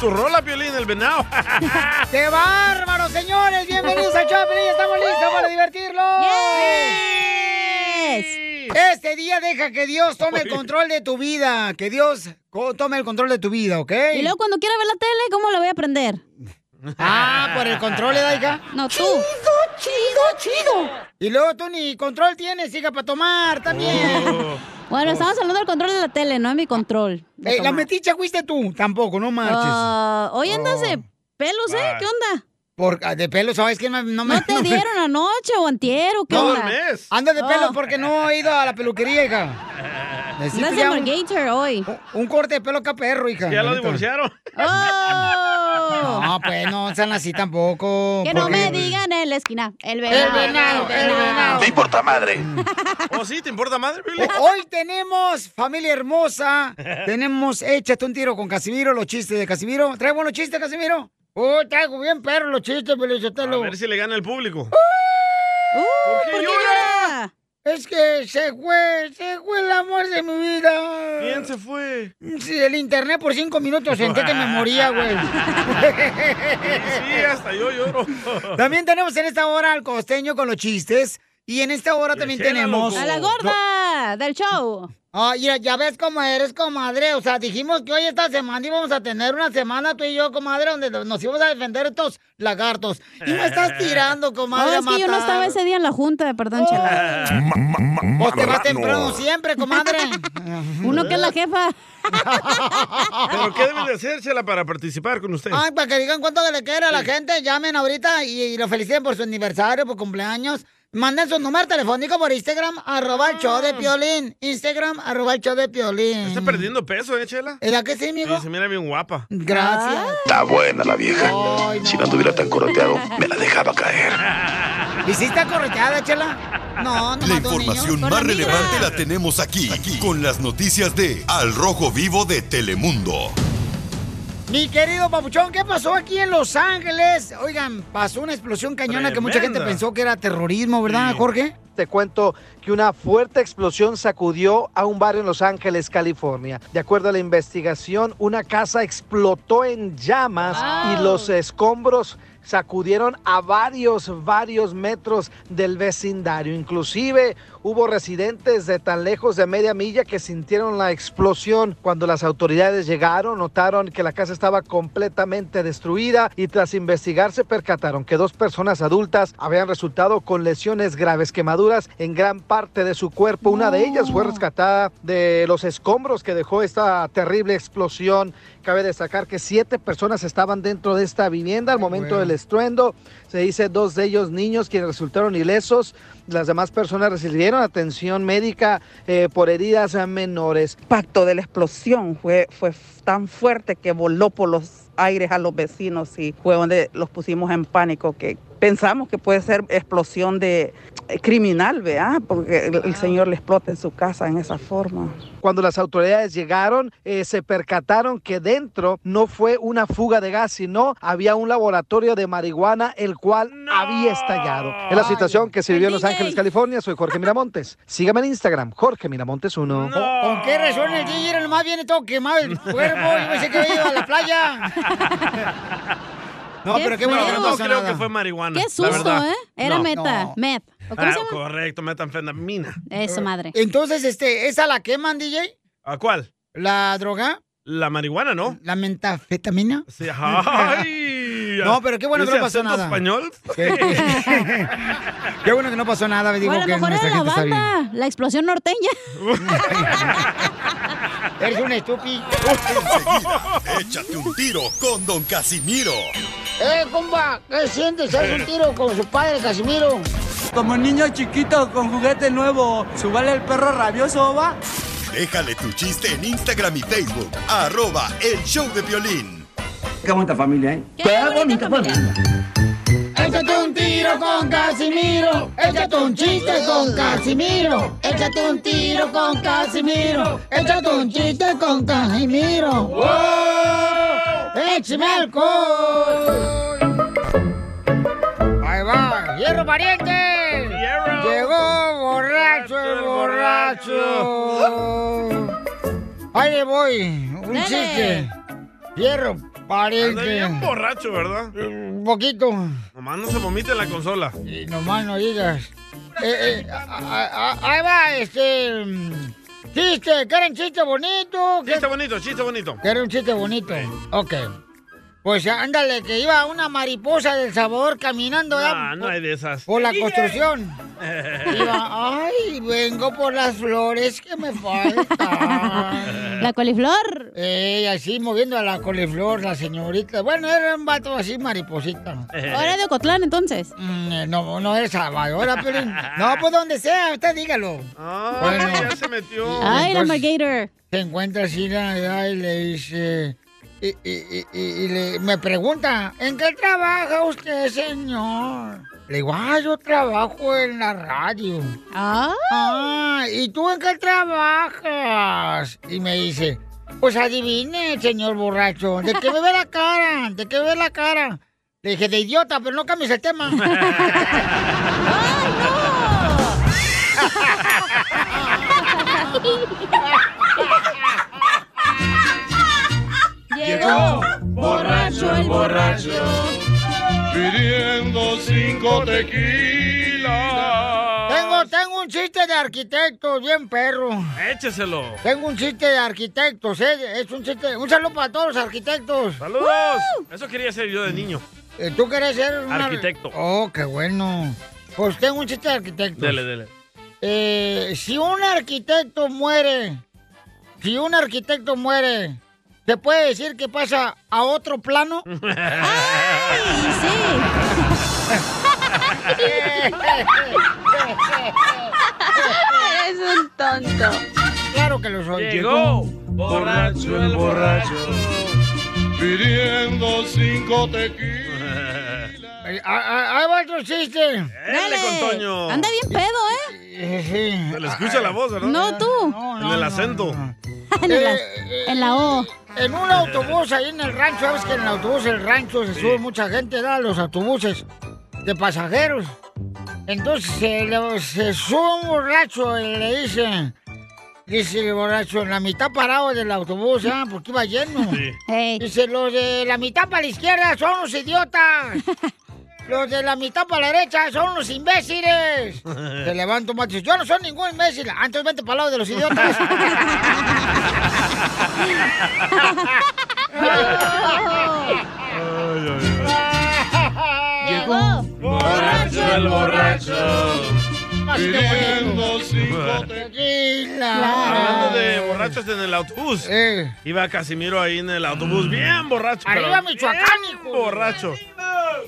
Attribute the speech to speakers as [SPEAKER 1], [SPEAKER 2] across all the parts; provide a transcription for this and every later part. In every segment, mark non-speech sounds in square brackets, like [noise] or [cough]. [SPEAKER 1] su rola, Piolín, el venado.
[SPEAKER 2] [laughs] ¡Qué bárbaro, señores! Bienvenidos al Choplin, estamos listos para divertirlos. Este día deja que Dios tome el control de tu vida, que Dios co- tome el control de tu vida, ¿ok?
[SPEAKER 3] Y luego cuando quiera ver la tele, ¿cómo la voy a aprender?
[SPEAKER 2] Ah, por el control, ¿eh, hija?
[SPEAKER 3] No, tú.
[SPEAKER 2] chido, chido! Y luego tú ni control tienes, hija, para tomar también.
[SPEAKER 3] Oh. Bueno, estamos hablando del control de la tele, no de mi control. de
[SPEAKER 2] Eh, la
[SPEAKER 3] tomar.
[SPEAKER 2] meticha fuiste tú, tampoco, no marches. Oh.
[SPEAKER 3] Ah, hoy andas de pelos, ¿eh? ¿Qué onda?
[SPEAKER 2] Por, ah, de pelos, ¿sabes qué? No, [laughs] no me...
[SPEAKER 3] ¿No te dieron anoche o antier o qué
[SPEAKER 2] No,
[SPEAKER 3] onda?
[SPEAKER 2] Ando de pelos
[SPEAKER 3] Oh.
[SPEAKER 2] porque no he ido a la peluquería, hija. Necesito
[SPEAKER 3] Andas
[SPEAKER 2] ya
[SPEAKER 3] de
[SPEAKER 2] un,
[SPEAKER 3] Gator hoy.
[SPEAKER 2] un corte de pelo acá perro, hija.
[SPEAKER 1] Ya lo
[SPEAKER 2] neta.
[SPEAKER 1] divorciaron.
[SPEAKER 3] ¡Oh!
[SPEAKER 2] No, pues no sean así tampoco.
[SPEAKER 3] Que no
[SPEAKER 2] porque- pues,
[SPEAKER 3] me digan en la esquina. El venado.
[SPEAKER 2] venado, el venado.
[SPEAKER 4] Te importa madre.
[SPEAKER 1] ¿Oh, sí? ¿Te importa madre, Piolín?
[SPEAKER 2] O- Hoy tenemos,
[SPEAKER 1] [laughs]
[SPEAKER 2] familia hermosa, tenemos Échate un tiro con Casimiro, los chistes de Casimiro. ¿Trae buenos chistes, Casimiro? Oh, traigo bien perro los chistes,
[SPEAKER 1] A
[SPEAKER 2] Pelizotelo.
[SPEAKER 1] ver si le gana el público.
[SPEAKER 3] Uh, ¿Por qué llora?
[SPEAKER 2] Es que se fue, se fue el amor de mi vida.
[SPEAKER 1] ¿Quién se fue?
[SPEAKER 2] Sí, el internet por cinco minutos senté que me
[SPEAKER 1] [laughs]
[SPEAKER 2] moría, güey.
[SPEAKER 1] Sí, hasta yo lloro.
[SPEAKER 2] También tenemos en esta hora al costeño con los chistes. Y en esta hora también
[SPEAKER 1] Chela,
[SPEAKER 2] tenemos...
[SPEAKER 1] loco.
[SPEAKER 3] A la gorda del show.
[SPEAKER 2] Ah, mira, ya ves cómo eres, comadre. O sea, dijimos que hoy esta semana íbamos a tener una semana tú y yo, comadre, donde nos íbamos a defender estos lagartos. Y me estás tirando,
[SPEAKER 3] No,
[SPEAKER 2] comadre.
[SPEAKER 3] es que yo no estaba ese día en la junta, perdón, chela.
[SPEAKER 2] O te vas
[SPEAKER 4] Marrano.
[SPEAKER 2] temprano siempre, comadre.
[SPEAKER 3] [laughs] Uno que es la jefa.
[SPEAKER 1] ¿Pero qué debe de hacer, Chela, para participar con usted?
[SPEAKER 2] Ay, para que digan cuánto le quiere a la gente, llamen ahorita y, y lo feliciten por su aniversario, por cumpleaños. Manden su número telefónico por Instagram, arroba el show de
[SPEAKER 5] Ah.
[SPEAKER 2] Piolín. Instagram, arroba el show de Piolín.
[SPEAKER 5] Este-
[SPEAKER 1] Está perdiendo peso, ¿eh, Chela?
[SPEAKER 2] ¿Era que sí, mijo?
[SPEAKER 1] Sí, se mira bien guapa.
[SPEAKER 2] Gracias.
[SPEAKER 4] Ah. Está buena la vieja.
[SPEAKER 2] Ay, no.
[SPEAKER 4] Si no anduviera tan coroteado, me la dejaba caer.
[SPEAKER 2] ¿Hiciste correteada, chela? No, no
[SPEAKER 5] La
[SPEAKER 2] mató a un niño.
[SPEAKER 5] información
[SPEAKER 3] Con
[SPEAKER 5] más
[SPEAKER 3] la migra.
[SPEAKER 5] relevante la tenemos aquí, aquí, con las noticias de Al Rojo Vivo de Telemundo.
[SPEAKER 2] Mi querido Papuchón, ¿qué pasó aquí en Los Ángeles? Oigan, pasó una explosión cañona que mucha gente
[SPEAKER 1] Tremenda.
[SPEAKER 2] pensó que era terrorismo, ¿verdad,
[SPEAKER 1] Sí.
[SPEAKER 2] Jorge?
[SPEAKER 6] Te cuento que una fuerte explosión sacudió a un barrio en Los Ángeles, California. De acuerdo a la investigación, una casa explotó en llamas
[SPEAKER 3] Wow.
[SPEAKER 6] y los escombros sacudieron a varios, varios metros del vecindario. Inclusive hubo residentes de tan lejos de media milla que sintieron la explosión. Cuando las autoridades llegaron, notaron que la casa estaba completamente destruida y tras investigar se percataron que dos personas adultas habían resultado con lesiones graves, quemaduras en gran parte de su cuerpo. Una de ellas fue
[SPEAKER 3] No.
[SPEAKER 6] rescatada de los escombros que dejó esta terrible explosión. Cabe destacar que siete personas estaban dentro de esta vivienda al
[SPEAKER 2] Ay,
[SPEAKER 6] momento
[SPEAKER 2] güey.
[SPEAKER 6] del estruendo. Se dice dos de ellos niños quienes resultaron ilesos. Las demás personas recibieron atención médica eh, por heridas eh, menores.
[SPEAKER 7] impacto de la explosión fue, fue tan fuerte que voló por los aires a los vecinos y fue donde los pusimos en pánico que pensamos que puede ser explosión de eh, criminal, ¿verdad? Porque el, el señor le explota en su casa en esa forma.
[SPEAKER 6] Cuando las autoridades llegaron, eh, se percataron que dentro no fue una fuga de gas, sino había un laboratorio de marihuana, el cual había estallado. Es la
[SPEAKER 2] Ay.
[SPEAKER 6] situación que se vivió en Los
[SPEAKER 3] El
[SPEAKER 6] Ángeles,
[SPEAKER 3] DJ.
[SPEAKER 6] California. Soy Jorge Miramontes. Sígame en Instagram, Jorge Miramontes 1.
[SPEAKER 1] No.
[SPEAKER 2] ¿Con, con qué razón el DJ era nomás viene todo quemado el cuerpo? Yo pensé que había ido a la playa. No,
[SPEAKER 3] Qué
[SPEAKER 2] pero qué
[SPEAKER 1] No,
[SPEAKER 2] bueno
[SPEAKER 1] pero
[SPEAKER 2] que no
[SPEAKER 3] feo.
[SPEAKER 1] no
[SPEAKER 2] pasó
[SPEAKER 1] creo
[SPEAKER 2] nada.
[SPEAKER 1] que fue marihuana.
[SPEAKER 3] Qué
[SPEAKER 1] la
[SPEAKER 3] susto,
[SPEAKER 1] verdad.
[SPEAKER 3] ¿eh? Era
[SPEAKER 1] No.
[SPEAKER 3] meta.
[SPEAKER 2] No.
[SPEAKER 3] Met. ¿O cómo
[SPEAKER 1] Ah,
[SPEAKER 3] se llama?
[SPEAKER 1] correcto, metanfetamina.
[SPEAKER 2] Eh.
[SPEAKER 3] Eso, madre.
[SPEAKER 2] Entonces, este, ¿esa la queman, DJ?
[SPEAKER 1] ¿A cuál?
[SPEAKER 2] ¿La droga?
[SPEAKER 1] La marihuana, ¿no?
[SPEAKER 2] ¿La mentafetamina?
[SPEAKER 1] Sí,
[SPEAKER 2] [laughs]
[SPEAKER 1] ay.
[SPEAKER 2] No, pero qué bueno que
[SPEAKER 1] ¿Ese
[SPEAKER 2] no pasó
[SPEAKER 1] acento
[SPEAKER 2] nada.
[SPEAKER 1] español? [laughs]
[SPEAKER 2] Qué bueno que no pasó nada, digo
[SPEAKER 3] O a lo
[SPEAKER 2] que
[SPEAKER 3] mejor
[SPEAKER 2] nuestra
[SPEAKER 3] era la
[SPEAKER 2] gente está bien.
[SPEAKER 3] banda, la explosión norteña.
[SPEAKER 2] [laughs] Eres un
[SPEAKER 3] [laughs]
[SPEAKER 2] estúpido.
[SPEAKER 5] Enseguida, échate un tiro con Don Casimiro.
[SPEAKER 2] ¡Eh, compa! ¿Qué sientes? ¿Haz un tiro con su padre, Casimiro?
[SPEAKER 8] Como niño chiquito con juguete nuevo, subale el perro rabioso, va.
[SPEAKER 5] Déjale tu chiste en Instagram y Facebook, arroba el show de violín.
[SPEAKER 8] Qué bonita familia, ¿eh?
[SPEAKER 2] Échate un tiro con Casimiro. Échate un chiste con Casimiro. Échate un tiro con Casimiro. Échate un chiste con Casimiro. ¡Wow! ¡Échame alcohol! Ahí va, Ah, hierro pariente.
[SPEAKER 1] Hierro.
[SPEAKER 2] Llegó borracho el
[SPEAKER 3] [laughs]
[SPEAKER 2] borracho. Ahí le voy, un
[SPEAKER 3] Dale.
[SPEAKER 2] chiste. Hierro
[SPEAKER 1] Anda
[SPEAKER 2] Pariente.
[SPEAKER 1] bien borracho, ¿verdad?
[SPEAKER 2] Un poquito.
[SPEAKER 1] Nomás no se vomite en la consola.
[SPEAKER 2] Y nomás no digas. Eh, eh, a- a- a- ahí va, este. mm, Chiste, ¿quieren chiste bonito? ¿Qué-
[SPEAKER 1] Chiste bonito, chiste bonito.
[SPEAKER 2] Quiero un chiste bonito. Ok. Pues ándale, que iba una mariposa del sabor caminando
[SPEAKER 1] Ah,
[SPEAKER 2] ¿verdad?
[SPEAKER 1] no hay de esas.
[SPEAKER 2] por la construcción. Iba, ay, vengo por las flores que me faltan.
[SPEAKER 3] La coliflor.
[SPEAKER 2] Ey, así moviendo a la coliflor, la señorita. Bueno, era un vato así, mariposita.
[SPEAKER 3] Ahora de Ocotlán, entonces.
[SPEAKER 2] Mm, eh, no, no es Salvador, pero... No, pues donde sea, usted dígalo.
[SPEAKER 1] Ah,
[SPEAKER 2] Bueno.
[SPEAKER 1] ya se metió.
[SPEAKER 3] Ay, la
[SPEAKER 2] entonces-
[SPEAKER 3] Margator.
[SPEAKER 2] Se encuentra así la- la- y le dice... Y, y- y- y- y le- me pregunta, ¿en qué trabaja usted, señor? Le digo, ah, yo trabajo en la radio.
[SPEAKER 3] Ah,
[SPEAKER 2] Ah, ¿y tú en qué trabajas? Y me dice, pues adivine, señor borracho, ¿de qué me ve la cara? ¿De qué me ve la cara? Le dije, de idiota, pero no cambies
[SPEAKER 1] [laughs]
[SPEAKER 2] el tema.
[SPEAKER 3] [laughs] llegó borracho el borracho.
[SPEAKER 1] Pidiendo cinco tequilas.
[SPEAKER 2] Tengo, tengo un chiste de arquitectos, bien perro.
[SPEAKER 1] Écheselo.
[SPEAKER 2] Tengo un chiste de arquitectos, ¿eh? Es un chiste. Un saludo para todos los arquitectos.
[SPEAKER 1] ¡Saludos! Eso quería ser yo de niño.
[SPEAKER 2] Eh, ¿Tú querés ser un
[SPEAKER 1] Arquitecto.
[SPEAKER 2] Oh, qué bueno. Pues tengo un chiste de arquitectos.
[SPEAKER 1] Dele, dele.
[SPEAKER 2] Eh, si un arquitecto muere, si un arquitecto muere, ¿se puede decir que pasa a
[SPEAKER 1] [laughs]
[SPEAKER 2] otro plano?
[SPEAKER 3] [laughs] Ay, sí.
[SPEAKER 9] Eres un tonto.
[SPEAKER 2] claro que lo soy.
[SPEAKER 1] Llegó borracho el borracho. Pidiendo cinco tequilas.
[SPEAKER 2] Eh, a- a- Ahí va otro chiste.
[SPEAKER 1] Dale con Toño.
[SPEAKER 3] Anda bien pedo, ¿eh?
[SPEAKER 2] Eh, sí.
[SPEAKER 1] Se le escucha la voz, ¿verdad?
[SPEAKER 3] No, tú.
[SPEAKER 2] No,
[SPEAKER 1] En el acento.
[SPEAKER 3] [laughs] En
[SPEAKER 2] Eh,
[SPEAKER 3] la,
[SPEAKER 2] eh,
[SPEAKER 3] en la O.
[SPEAKER 2] En un autobús ahí en el rancho, sabes que en el autobús del rancho se sube mucha gente, da los autobuses de pasajeros. Entonces se, le- se sube un borracho y le dice, dice el borracho, en la mitad parado del autobús, ah, porque iba lleno.
[SPEAKER 1] Sí.
[SPEAKER 3] Ey.
[SPEAKER 2] Dice, los de la mitad para la izquierda son
[SPEAKER 3] [laughs]
[SPEAKER 2] unos idiotas. Los de la mitad para la derecha son unos imbéciles. Se levanta un macho. Yo no soy ningún imbécil. Antes vente para el lado de
[SPEAKER 3] [laughs]
[SPEAKER 2] los idiotas.
[SPEAKER 3] Llegó.
[SPEAKER 1] Borracho el borracho.
[SPEAKER 2] Así que bonito.
[SPEAKER 1] cinco tequilas.
[SPEAKER 2] Tequila.
[SPEAKER 1] Hablando de borrachos en el autobús.
[SPEAKER 2] Eh, Mm.
[SPEAKER 1] Iba Casimiro ahí en el autobús, bien borracho. pero
[SPEAKER 2] Arriba Michoacán,
[SPEAKER 1] bien
[SPEAKER 2] hijo.
[SPEAKER 1] Borracho.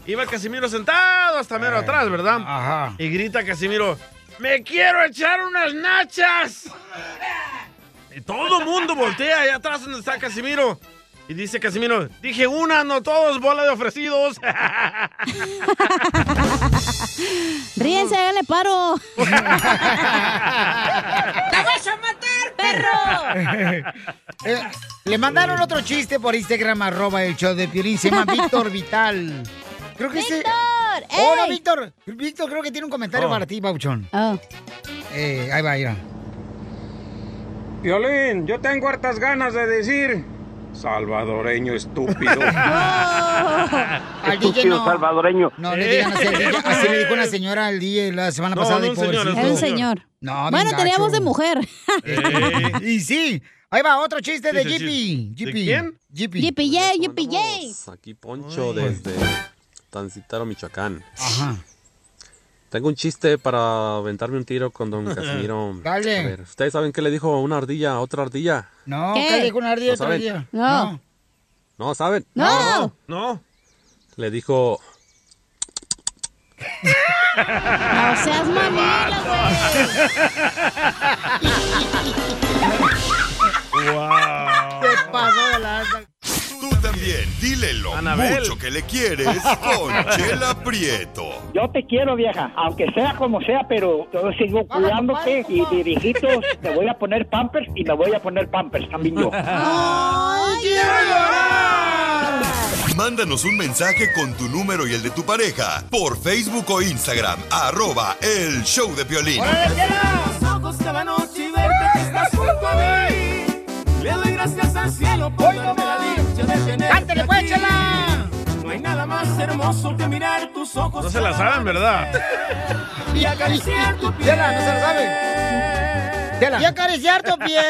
[SPEAKER 1] Iba Casimiro sentado hasta mero atrás, ¿verdad?
[SPEAKER 2] Ajá.
[SPEAKER 1] Y grita Casimiro, ¡me quiero echar unas nachas! Y todo el mundo voltea ahí atrás donde está Casimiro. Y dice Casimiro, dije una, no todos, bola de ofrecidos.
[SPEAKER 3] Ríense, hágale paro.
[SPEAKER 2] Eh, le mandaron otro chiste por Instagram, arroba el show de Piolín.
[SPEAKER 3] [laughs]
[SPEAKER 2] Se llama Víctor Vital. Creo que ese...
[SPEAKER 3] ¡Víctor!
[SPEAKER 2] Hola,
[SPEAKER 3] ey.
[SPEAKER 2] Víctor. Víctor, creo que tiene un comentario
[SPEAKER 1] Oh.
[SPEAKER 2] para ti, Bauchón.
[SPEAKER 3] Oh.
[SPEAKER 2] Eh, ahí va, ahí va.
[SPEAKER 10] [laughs] Violín, yo tengo hartas ganas de decir salvadoreño
[SPEAKER 2] [laughs]
[SPEAKER 10] estúpido.
[SPEAKER 2] Al DJ no.
[SPEAKER 11] salvadoreño.
[SPEAKER 2] No, le digan así, al DJ. Así le
[SPEAKER 10] [laughs]
[SPEAKER 1] [laughs]
[SPEAKER 2] dijo una señora al DJ la semana
[SPEAKER 1] Eh. No,
[SPEAKER 2] pasada.
[SPEAKER 1] no,
[SPEAKER 2] y
[SPEAKER 1] un señor,
[SPEAKER 2] pobrecito.
[SPEAKER 3] Era un
[SPEAKER 1] Sí.
[SPEAKER 3] señor.
[SPEAKER 2] No,
[SPEAKER 3] bueno,
[SPEAKER 2] bien
[SPEAKER 3] tenía
[SPEAKER 2] gacho.
[SPEAKER 3] voz de mujer.
[SPEAKER 1] Eh,
[SPEAKER 2] Y sí. Ahí va, otro chiste de
[SPEAKER 1] Sí, sí, sí.
[SPEAKER 2] Jippy.
[SPEAKER 1] ¿De
[SPEAKER 2] Jippy.
[SPEAKER 1] quién?
[SPEAKER 2] Jippy.
[SPEAKER 3] Yipi, yay, yipi, yay.
[SPEAKER 11] [laughs] Aquí Poncho desde Tancítaro, Michoacán.
[SPEAKER 2] Ajá.
[SPEAKER 11] Tengo un chiste para aventarme un tiro con
[SPEAKER 2] [laughs]
[SPEAKER 11] don Casimiro.
[SPEAKER 2] Dale.
[SPEAKER 11] A ver, ¿ustedes saben qué le dijo una ardilla a otra ardilla?
[SPEAKER 2] No,
[SPEAKER 3] ¿Qué?
[SPEAKER 2] ¿qué, dijo una ardilla
[SPEAKER 11] ¿Lo
[SPEAKER 2] otro
[SPEAKER 11] saben?
[SPEAKER 2] día?
[SPEAKER 3] No.
[SPEAKER 11] No, ¿saben?
[SPEAKER 3] No.
[SPEAKER 1] no.
[SPEAKER 11] Le dijo,
[SPEAKER 3] No seas mamila, güey.
[SPEAKER 1] Wow.
[SPEAKER 10] [laughs]
[SPEAKER 2] Se pasó de lanza.
[SPEAKER 5] Tú también, dile lo
[SPEAKER 1] Anabel.
[SPEAKER 5] mucho que le quieres
[SPEAKER 1] [laughs]
[SPEAKER 5] con Chela Prieto.
[SPEAKER 12] Yo te quiero, vieja, aunque sea como sea, pero yo sigo cuidándote y de viejitos
[SPEAKER 2] [laughs]
[SPEAKER 12] te voy a poner pampers y me voy a poner pampers también
[SPEAKER 1] [laughs]
[SPEAKER 12] yo.
[SPEAKER 2] ¡Ay, quiero llorar!
[SPEAKER 5] Mándanos un mensaje con tu número y el de tu pareja por Facebook o Instagram, arroba el show de violín.
[SPEAKER 13] Ojos cada noche y verte que estás junto a mí. Le doy gracias al cielo por darme la dicha de
[SPEAKER 2] ¡Cántale, pues, chela!
[SPEAKER 14] No hay nada más hermoso que mirar tus ojos.
[SPEAKER 1] No se la saben, ¿verdad?
[SPEAKER 14] Y acariciar tu piel.
[SPEAKER 2] Chela, no se la saben. Y acariciar tu piel.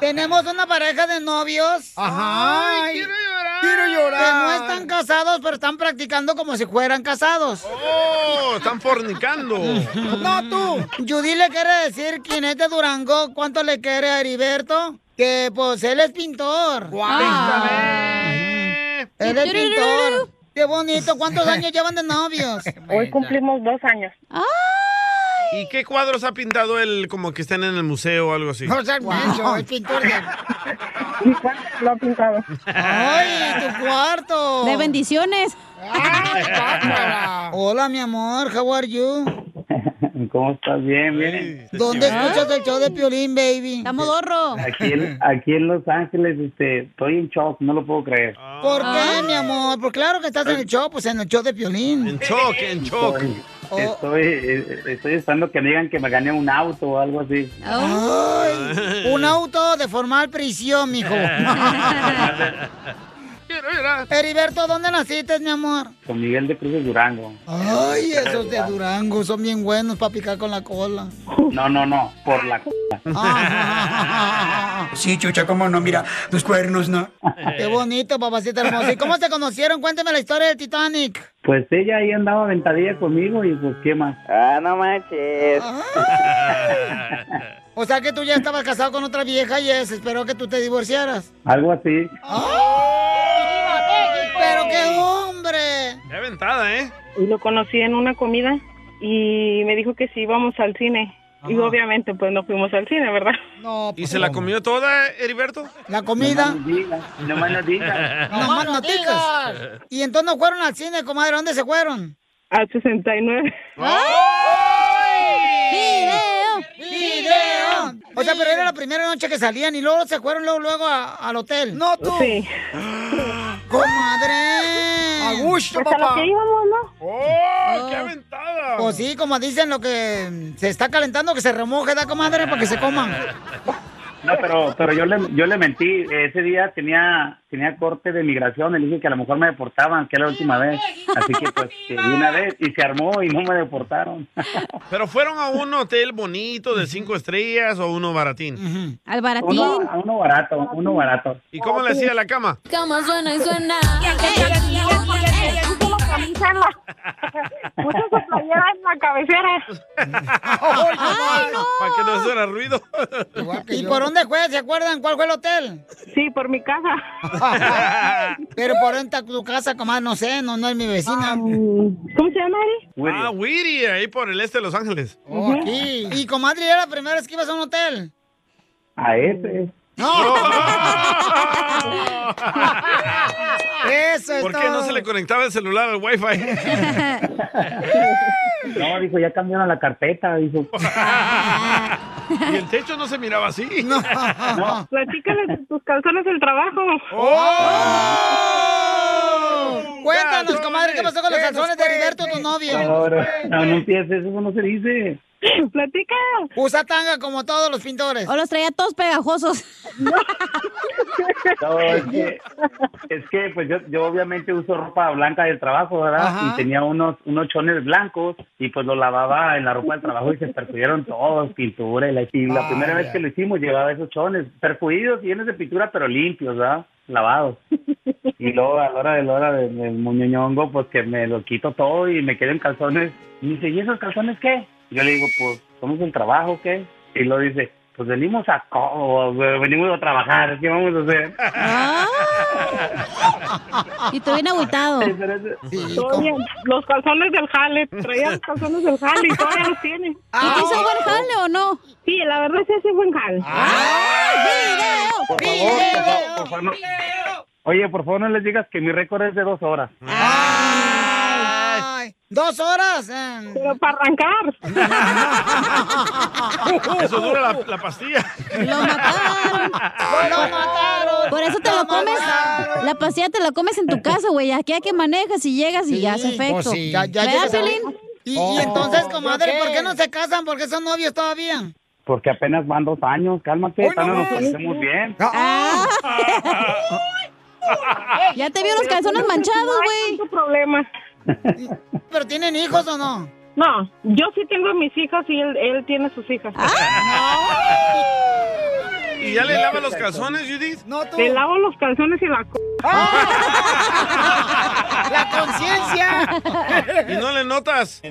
[SPEAKER 2] Tenemos una pareja de novios.
[SPEAKER 14] Ajá.
[SPEAKER 2] quiero llorar. Quiero llorar. Que no están casados, pero están practicando como si fueran casados.
[SPEAKER 1] ¡Oh! Están fornicando.
[SPEAKER 2] [laughs] No, tú. Judy le quiere decir, Quinete Durango, ¿cuánto le quiere a Heriberto? Que pues él es pintor. Él es pintor. Qué bonito. ¿Cuántos años llevan de novios?
[SPEAKER 1] Hoy
[SPEAKER 2] cumplimos dos años.
[SPEAKER 1] ¿Y qué cuadros ha pintado él como que están en el museo o algo así?
[SPEAKER 2] O sea, Mencho, el pintor de...
[SPEAKER 1] lo ha pintado.
[SPEAKER 2] ¡Ay, tu cuarto!
[SPEAKER 3] De bendiciones.
[SPEAKER 2] Hola, mi amor. How are you?
[SPEAKER 12] [laughs] ¿Cómo estás? Bien, bien.
[SPEAKER 2] [laughs] ¿Dónde escuchas el show de Piolín, baby? Estamos dorro.
[SPEAKER 12] Aquí en, aquí en Los Ángeles, este, estoy en shock, no lo puedo creer.
[SPEAKER 1] Ah.
[SPEAKER 2] ¿Por qué, mi amor? Pues claro que estás en el show, pues en el show de Piolín. En
[SPEAKER 1] shock, en
[SPEAKER 12] Estoy, estoy, eh, estoy esperando que me digan que me gané un auto o algo así.
[SPEAKER 2] Ay, un
[SPEAKER 1] Ah.
[SPEAKER 2] auto de formal
[SPEAKER 1] [laughs]
[SPEAKER 2] prisión, [laughs] mijo. Heriberto, ¿dónde naciste, mi amor?
[SPEAKER 12] Con Miguel de Cruces Durango.
[SPEAKER 2] Ay, esos de Durango son bien buenos para picar con la cola.
[SPEAKER 12] No, no, no, por la c...
[SPEAKER 15] Sí, chucha, cómo Ah, no, mira, los cuernos, ¿no?
[SPEAKER 2] [laughs] Qué bonito, papacita hermosa. ¿Y cómo se conocieron? Cuénteme la historia del Titanic.
[SPEAKER 12] Pues ella ahí andaba ventadilla conmigo y pues, ¿qué más?
[SPEAKER 16] Ah, no manches.
[SPEAKER 2] [laughs] O sea que tú ya estabas casado con otra vieja y ella se esperó que tú te divorciaras.
[SPEAKER 12] Algo así.
[SPEAKER 2] ¡Pero qué hombre!
[SPEAKER 1] Qué aventada, ¿eh?
[SPEAKER 13] Y lo conocí en una comida y me dijo que si íbamos al cine. Y obviamente, pues no fuimos al cine, ¿verdad?
[SPEAKER 2] No,
[SPEAKER 1] [laughs] ¿Y se la comió toda, Heriberto?
[SPEAKER 2] La comida.
[SPEAKER 1] No
[SPEAKER 12] me lo digas.
[SPEAKER 2] No más no digas. Y entonces no fueron al cine, comadre. ¿Dónde se fueron? Al 69. ¡Video! ¡Video! O sea, pero era la primera noche que salían y luego se fueron luego, luego a- al hotel. No, tú.
[SPEAKER 13] Sí.
[SPEAKER 2] [gasps] ¡Comadre! A gusto,
[SPEAKER 13] Pues a lo
[SPEAKER 2] papá.
[SPEAKER 13] que íbamos, ¿no?
[SPEAKER 1] ¡Oh, qué aventada!
[SPEAKER 2] Pues sí, como dicen lo que se está calentando, que se remoje, da comadre, para que se coman.
[SPEAKER 12] No, pero, pero yo, le, yo le mentí. Ese día tenía, tenía corte de migración. Le dije que a lo mejor me deportaban, que era la última vez. Así que pues que de una vez y se armó y no me deportaron.
[SPEAKER 1] ¿Pero fueron a un hotel bonito de cinco estrellas o uno baratín?
[SPEAKER 3] Al baratín.
[SPEAKER 12] Uno,
[SPEAKER 1] [laughs]
[SPEAKER 12] uno barato, uno barato.
[SPEAKER 1] ¿Y cómo le hacía la cama?
[SPEAKER 3] Cama suena y suena.
[SPEAKER 13] Puso su playera en la cabecera.
[SPEAKER 1] [laughs] ¡Ay, no! Para que no suena ruido.
[SPEAKER 2] ¿Y por dónde fue? ¿Se acuerdan cuál fue el hotel? Sí, por mi casa. [laughs] Pero por dónde está tu casa, comadre, no sé, no, no es mi vecina. ¿Cómo se llama,
[SPEAKER 1] Ah, Whittier, ahí por el este de Los Ángeles.
[SPEAKER 2] Oh, Y comadre, ¿era la primera vez que ibas a un hotel?
[SPEAKER 12] A ese.
[SPEAKER 2] [laughs] ¡No! Eso es
[SPEAKER 1] ¿Por qué no se le conectaba el celular al Wi-Fi?
[SPEAKER 12] [laughs] No, dijo, ya cambiaron la carpeta. Dijo,
[SPEAKER 1] [laughs] y el techo no se miraba así.
[SPEAKER 7] [laughs]
[SPEAKER 13] Platícale de tus calzones del trabajo.
[SPEAKER 2] Oh, Cuéntanos, comadre, ¿qué pasó con los
[SPEAKER 13] que
[SPEAKER 2] calzones
[SPEAKER 13] nos
[SPEAKER 2] de Heriberto, tu
[SPEAKER 12] no,
[SPEAKER 2] novio?
[SPEAKER 12] no, no, no empieces, eso no se dice.
[SPEAKER 2] Platica. Usa tanga como todos los pintores.
[SPEAKER 3] O los traía todos pegajosos.
[SPEAKER 12] No, es que, es que, pues yo, yo obviamente uso ropa blanca del trabajo, ¿verdad?
[SPEAKER 2] Ajá.
[SPEAKER 12] Y tenía unos, unos chones blancos y pues los lavaba en la ropa del trabajo y se percudieron todos, pintura. Y la, y la
[SPEAKER 2] Ah,
[SPEAKER 12] primera
[SPEAKER 2] ya.
[SPEAKER 12] vez que lo hicimos llevaba esos chones percudidos, llenos de pintura, pero limpios, ¿verdad?
[SPEAKER 2] [laughs]
[SPEAKER 12] Lavados. Y luego a la hora de la hora del del muñoñongo, pues que me lo quito todo y me quedo en calzones. Y me dice, ¿y esos calzones qué? Yo le digo, pues, somos el trabajo, ¿qué? Y lo dice, pues venimos a co- venimos a trabajar, ¿qué vamos a hacer?
[SPEAKER 3] Y te bien agüitado.
[SPEAKER 13] Todavía los calzones del jale, traía los calzones del jale y todavía los tiene.
[SPEAKER 3] ¿Y te hizo buen
[SPEAKER 2] Ah.
[SPEAKER 3] jale o no?
[SPEAKER 13] Sí, la verdad sí hace buen jale.
[SPEAKER 12] Por favor, por
[SPEAKER 2] eh,
[SPEAKER 12] favor, por favor, no- Oye, por favor no les digas que mi récord es de dos horas.
[SPEAKER 2] Ay, dos horas. Pero para arrancar.
[SPEAKER 1] [laughs] Eso dura la, la pastilla.
[SPEAKER 2] ¡Lo mataron!
[SPEAKER 3] Por eso te lo comes. La pastilla te la comes en tu casa, güey. Aquí a que manejas y llegas y ya hace efecto.
[SPEAKER 2] pues sí. Ya- ya
[SPEAKER 3] ¿Verdad,
[SPEAKER 2] llegas a-
[SPEAKER 3] Piolín?
[SPEAKER 2] Y,
[SPEAKER 12] Oh.
[SPEAKER 2] y entonces,
[SPEAKER 12] ¿Yo
[SPEAKER 2] comadre,
[SPEAKER 12] qué?
[SPEAKER 2] ¿por qué no se casan? ¿Por qué son novios todavía?
[SPEAKER 12] Porque apenas van dos años, cálmate, todavía nos conocemos bien.
[SPEAKER 3] Ya te vio los calzones manchados, güey.
[SPEAKER 7] pues, No hay problema.
[SPEAKER 2] ¿Pero tienen hijos o no?
[SPEAKER 7] No, yo sí tengo mis hijas y él, él tiene sus hijas.
[SPEAKER 1] ¿Y ya le lava los calzones, Judith?
[SPEAKER 2] No,
[SPEAKER 7] Te lavo los calzones y la... co-
[SPEAKER 2] ¡Ah! [laughs] ¡La conciencia!
[SPEAKER 1] ¿Y no le notas?
[SPEAKER 13] Yo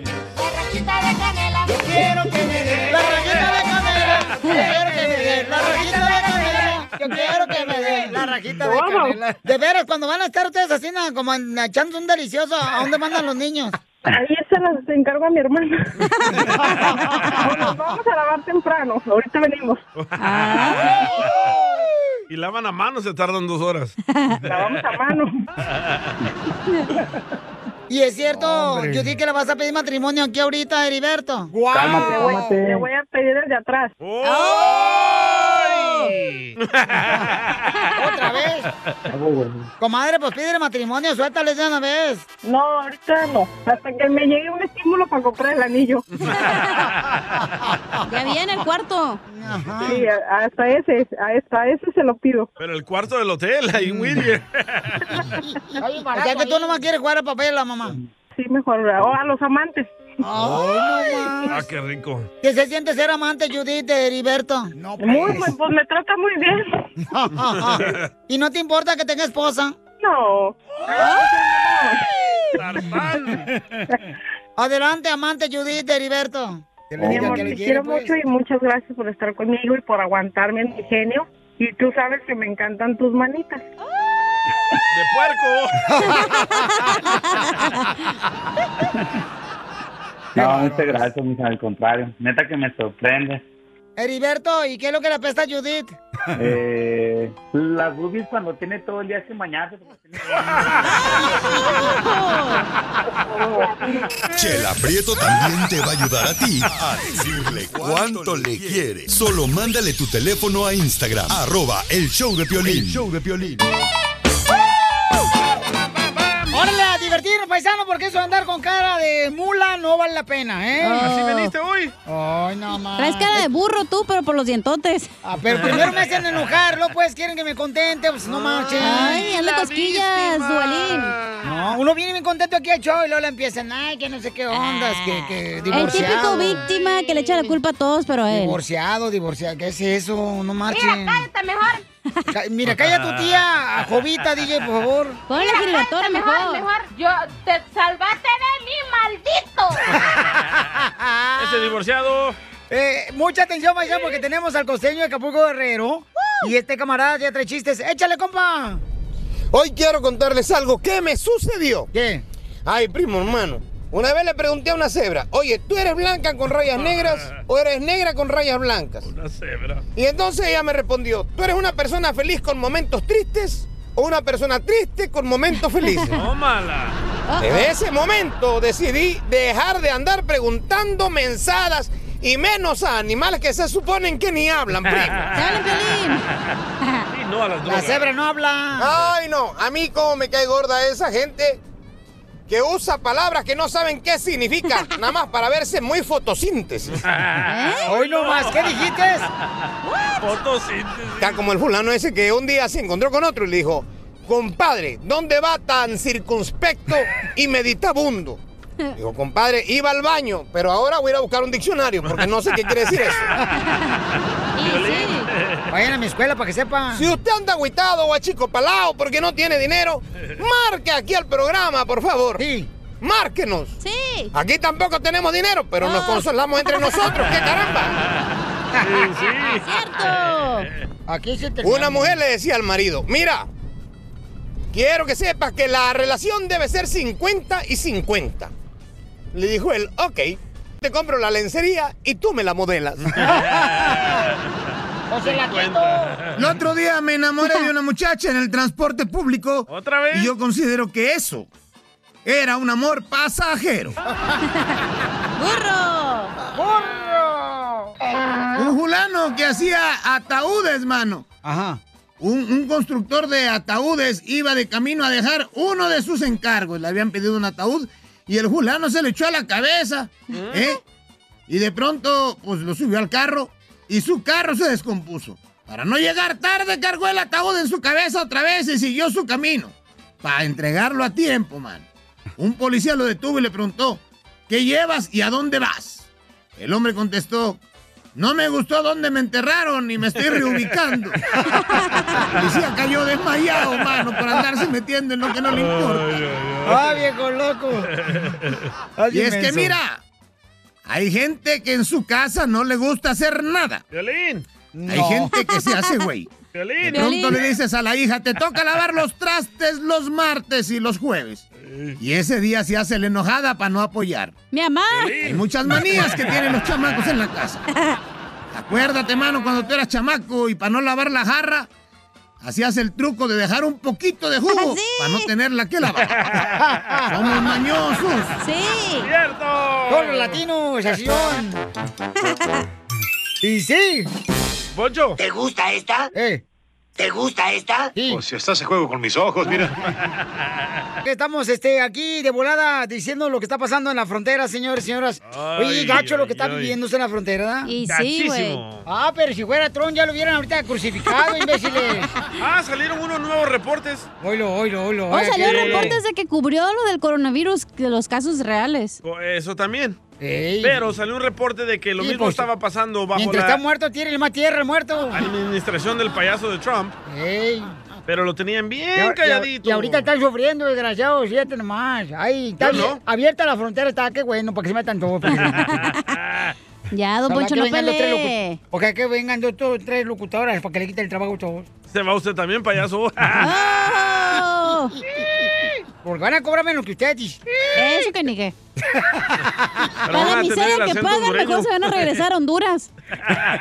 [SPEAKER 13] quiero que me dé la rayita de canela.
[SPEAKER 2] Quiero que me dé la rajita de canela. Yo quiero que me dé la rajita de
[SPEAKER 13] Wow.
[SPEAKER 2] canela. De veras, cuando van a estar ustedes así, na- como en- echando un delicioso, ¿a dónde mandan los niños?
[SPEAKER 7] Ahí se las encargo a mi hermana.
[SPEAKER 2] [laughs]
[SPEAKER 7] Nos vamos a lavar temprano. Ahorita venimos.
[SPEAKER 2] Ah.
[SPEAKER 1] Y lavan a mano, se tardan dos horas.
[SPEAKER 7] Lavamos a mano.
[SPEAKER 2] Y es cierto,
[SPEAKER 1] Hombre.
[SPEAKER 2] yo dije que le vas a pedir matrimonio aquí ahorita, Heriberto.
[SPEAKER 1] Cálmate, Le voy- cálmate. le voy
[SPEAKER 7] a pedir desde atrás.
[SPEAKER 2] ¿Otra vez? Comadre, pues pídele matrimonio, suéltale de una vez.
[SPEAKER 7] No, ahorita no. Hasta que me llegue un estímulo para comprar el anillo.
[SPEAKER 3] Ya viene el cuarto.
[SPEAKER 7] Sí, a- hasta ese, hasta ese se lo
[SPEAKER 2] [laughs]
[SPEAKER 7] pido.
[SPEAKER 1] Pero el cuarto del hotel, ahí, Whittier.
[SPEAKER 2] O sea que tú nomás quieres jugar a papel, la mamá.
[SPEAKER 7] Sí, mejor. O a los amantes.
[SPEAKER 2] Ay, no
[SPEAKER 1] Ah,
[SPEAKER 2] más.
[SPEAKER 1] qué rico.
[SPEAKER 2] ¿Qué se siente ser amante, Judith, de Heriberto? No,
[SPEAKER 1] pues. Muy, pues,
[SPEAKER 2] me trata muy bien. [laughs] ¿Y no te importa que tenga esposa?
[SPEAKER 7] No.
[SPEAKER 2] Adelante, amante Judith de Heriberto.
[SPEAKER 7] Mi amor, te quiero mucho y muchas gracias por estar conmigo y por aguantarme en mi genio. Y tú sabes que me encantan tus manitas.
[SPEAKER 1] ¡De
[SPEAKER 2] [laughs]
[SPEAKER 12] No, muchas gracias, mija, al contrario. Neta que me sorprende.
[SPEAKER 2] Heriberto, ¿y qué es lo que le apesta a
[SPEAKER 3] [laughs]
[SPEAKER 2] Judith?
[SPEAKER 12] Eh, las boobies cuando tiene todo el día que mañana.
[SPEAKER 5] Chela Prieto también te va a ayudar a ti a decirle cuánto le quiere. Solo mándale tu teléfono a Instagram, arroba el show de Piolín. show de Piolín.
[SPEAKER 2] Órale, a divertirnos, paisano, porque eso de andar con cara de mula no vale la pena, ¿eh?
[SPEAKER 3] ¿Así veniste
[SPEAKER 1] hoy?
[SPEAKER 2] Ay, no más.
[SPEAKER 3] Traes cara de burro tú, pero por los dientotes.
[SPEAKER 2] Ah, Pero primero me hacen enojar, luego pues quieren que me contente, pues no marchen.
[SPEAKER 3] Ay, hazle la cosquillas, víctima. Duvalín.
[SPEAKER 2] No, uno viene bien contento aquí al show y luego le empiezan, ay, que no sé qué ondas, que, que
[SPEAKER 3] Ah. El típico
[SPEAKER 2] divorciado.
[SPEAKER 3] víctima que le echa la culpa a todos, pero a él.
[SPEAKER 2] Divorciado, divorciado, ¿qué es eso? No marchen.
[SPEAKER 3] cállate mejor.
[SPEAKER 2] Ca- Mira, calla a tu tía, a Jovita, DJ, por favor.
[SPEAKER 3] Ponle giratoria mejor.
[SPEAKER 17] Yo te salvaste de mí, maldito.
[SPEAKER 1] Ese divorciado.
[SPEAKER 2] Ah. Eh, mucha atención, paisano, porque tenemos al costeño de Acapulco Guerrero. Y este camarada ya trae chistes. ¡Échale, compa!
[SPEAKER 8] Hoy quiero contarles algo que me sucedió.
[SPEAKER 2] ¿Qué?
[SPEAKER 8] Ay, primo hermano. Una vez le pregunté a una cebra, oye, ¿tú eres blanca con rayas negras o eres negra con rayas blancas?
[SPEAKER 1] Una cebra.
[SPEAKER 8] Y entonces ella me respondió, ¿tú eres una persona feliz con momentos tristes o una persona triste con momentos
[SPEAKER 2] [laughs]
[SPEAKER 8] felices?
[SPEAKER 2] Ah,
[SPEAKER 1] Tómala.
[SPEAKER 8] En ese
[SPEAKER 2] em-
[SPEAKER 8] momento decidí dejar de andar preguntando mensadas y menos a animales que se suponen que ni hablan, primo.
[SPEAKER 2] [laughs]
[SPEAKER 1] Sí, no a las drogas.
[SPEAKER 2] no habla.
[SPEAKER 8] Ay, no. A mí cómo me cae gorda esa gente que usa palabras que no saben qué
[SPEAKER 2] [laughs]
[SPEAKER 8] significan, nada más para verse muy fotosíntesis.
[SPEAKER 2] ¿Eh? Hoy no más. ¿Qué dijiste?
[SPEAKER 1] Fotosíntesis.
[SPEAKER 8] Está como el fulano ese que un día se encontró con otro y le dijo, compadre, ¿dónde va tan circunspecto y meditabundo? Digo, compadre, iba al baño, pero ahora voy a ir a buscar un diccionario porque no sé qué quiere decir eso.
[SPEAKER 2] [laughs] Vayan a mi escuela para que sepan.
[SPEAKER 8] Si usted anda agüitado o chico palao porque no tiene dinero, marque aquí al programa, por favor.
[SPEAKER 2] Sí.
[SPEAKER 8] Márquenos.
[SPEAKER 3] Sí.
[SPEAKER 8] Aquí tampoco tenemos dinero, pero nos consolamos entre nosotros. ¡Qué
[SPEAKER 13] [laughs]
[SPEAKER 8] caramba! [laughs]
[SPEAKER 1] Sí,
[SPEAKER 2] ¡Cierto! Aquí se termina.
[SPEAKER 8] Una mujer le decía al marido, mira, quiero que sepas que la relación debe ser 50 y 50. Le dijo él, ok, te compro la lencería y tú me la modelas.
[SPEAKER 2] O se la quito.
[SPEAKER 18] El otro día me enamoré de una muchacha en el transporte público. ¿Otra vez? Y yo considero que eso era un amor pasajero. [laughs]
[SPEAKER 3] ¡Burro!
[SPEAKER 2] ¡Burro!
[SPEAKER 18] Un fulano que hacía ataúdes, mano.
[SPEAKER 2] Ajá.
[SPEAKER 18] Un, un constructor de ataúdes iba de camino a dejar uno de sus encargos. Le habían pedido un ataúd y el fulano se le echó a la cabeza. ¿eh? Y de pronto, pues lo subió al carro y su carro se descompuso.
[SPEAKER 8] Para no llegar tarde, cargó el ataúd en su cabeza otra vez y siguió su camino. Para entregarlo a tiempo, man. Un policía lo detuvo y le preguntó, ¿qué llevas y a dónde vas? El hombre contestó, no me gustó dónde me enterraron y me estoy
[SPEAKER 2] [laughs]
[SPEAKER 8] reubicando. El policía cayó desmayado, mano, por andarse metiendo en lo que no le importa.
[SPEAKER 2] ¡Ah, viejo loco!
[SPEAKER 8] Y es que
[SPEAKER 2] menso.
[SPEAKER 8] mira, hay gente que en su casa no le gusta hacer nada. Hay
[SPEAKER 2] No. [laughs]
[SPEAKER 8] gente que se hace güey.
[SPEAKER 2] Violín.
[SPEAKER 8] De pronto
[SPEAKER 2] Violín.
[SPEAKER 8] le dices a la hija, te toca lavar los trastes los martes y los jueves. Y ese día se hace la enojada para no apoyar.
[SPEAKER 3] Mi mamá.
[SPEAKER 8] Hay muchas manías que tienen los chamacos en la casa. Acuérdate, mano, cuando tú eras chamaco y para no lavar la jarra, hacías el truco de dejar un poquito de jugo para no tenerla que lavar. Somos mañosos.
[SPEAKER 3] Sí.
[SPEAKER 2] ¡Cierto! Todos los latinos, así son. y sí.
[SPEAKER 1] Bocho.
[SPEAKER 2] ¿Te gusta esta? ¿Te gusta esta? Sí.
[SPEAKER 13] Pues si estás se juego con mis ojos, mira.
[SPEAKER 2] Estamos este, aquí de volada diciendo lo que está pasando en la frontera, señores y señoras. Oye,
[SPEAKER 13] Ay,
[SPEAKER 2] gacho lo que
[SPEAKER 13] ay,
[SPEAKER 2] está
[SPEAKER 13] ay.
[SPEAKER 2] viviéndose en la frontera, ¿verdad?
[SPEAKER 3] Y sí, güey. Gachísimo.
[SPEAKER 2] Ah, pero si fuera Tron ya lo hubieran ahorita crucificado, imbéciles.
[SPEAKER 1] [laughs] Ah, salieron unos nuevos reportes.
[SPEAKER 2] Oilo, oilo, oilo.
[SPEAKER 3] O salió
[SPEAKER 1] Sí.
[SPEAKER 3] reportes de que cubrió lo del coronavirus, de los casos reales.
[SPEAKER 1] Co- Eso también. Pero salió un reporte de que lo
[SPEAKER 3] Sí,
[SPEAKER 1] mismo
[SPEAKER 3] pues,
[SPEAKER 1] estaba pasando bajo
[SPEAKER 2] Mientras
[SPEAKER 1] la
[SPEAKER 2] está muerto, tiene más tierra el muerto.
[SPEAKER 1] administración del payaso de Trump. Pero lo tenían
[SPEAKER 2] Y
[SPEAKER 1] bien
[SPEAKER 2] ahor-
[SPEAKER 1] calladito.
[SPEAKER 2] Y ahorita están sufriendo, desgraciados, fíjate nomás. Ay, está
[SPEAKER 1] Yo
[SPEAKER 2] bien- abierta la frontera, está, qué bueno, para que se metan
[SPEAKER 1] [laughs]
[SPEAKER 2] todos.
[SPEAKER 3] ya, don Poncho, no pelee.
[SPEAKER 2] Ojalá que vengan dos, dos, tres locutadoras para que le quiten el trabajo a todos.
[SPEAKER 1] Se va usted también, payaso.
[SPEAKER 2] Ah. Porque van a cobrar menos que ustedes.
[SPEAKER 3] Eso que ni qué.
[SPEAKER 1] van
[SPEAKER 3] Para
[SPEAKER 1] a
[SPEAKER 3] la
[SPEAKER 1] tener el
[SPEAKER 3] miseria que
[SPEAKER 1] acento
[SPEAKER 3] pagan,
[SPEAKER 1] hondureño.
[SPEAKER 3] mejor se van a regresar
[SPEAKER 1] [laughs]
[SPEAKER 3] a Honduras.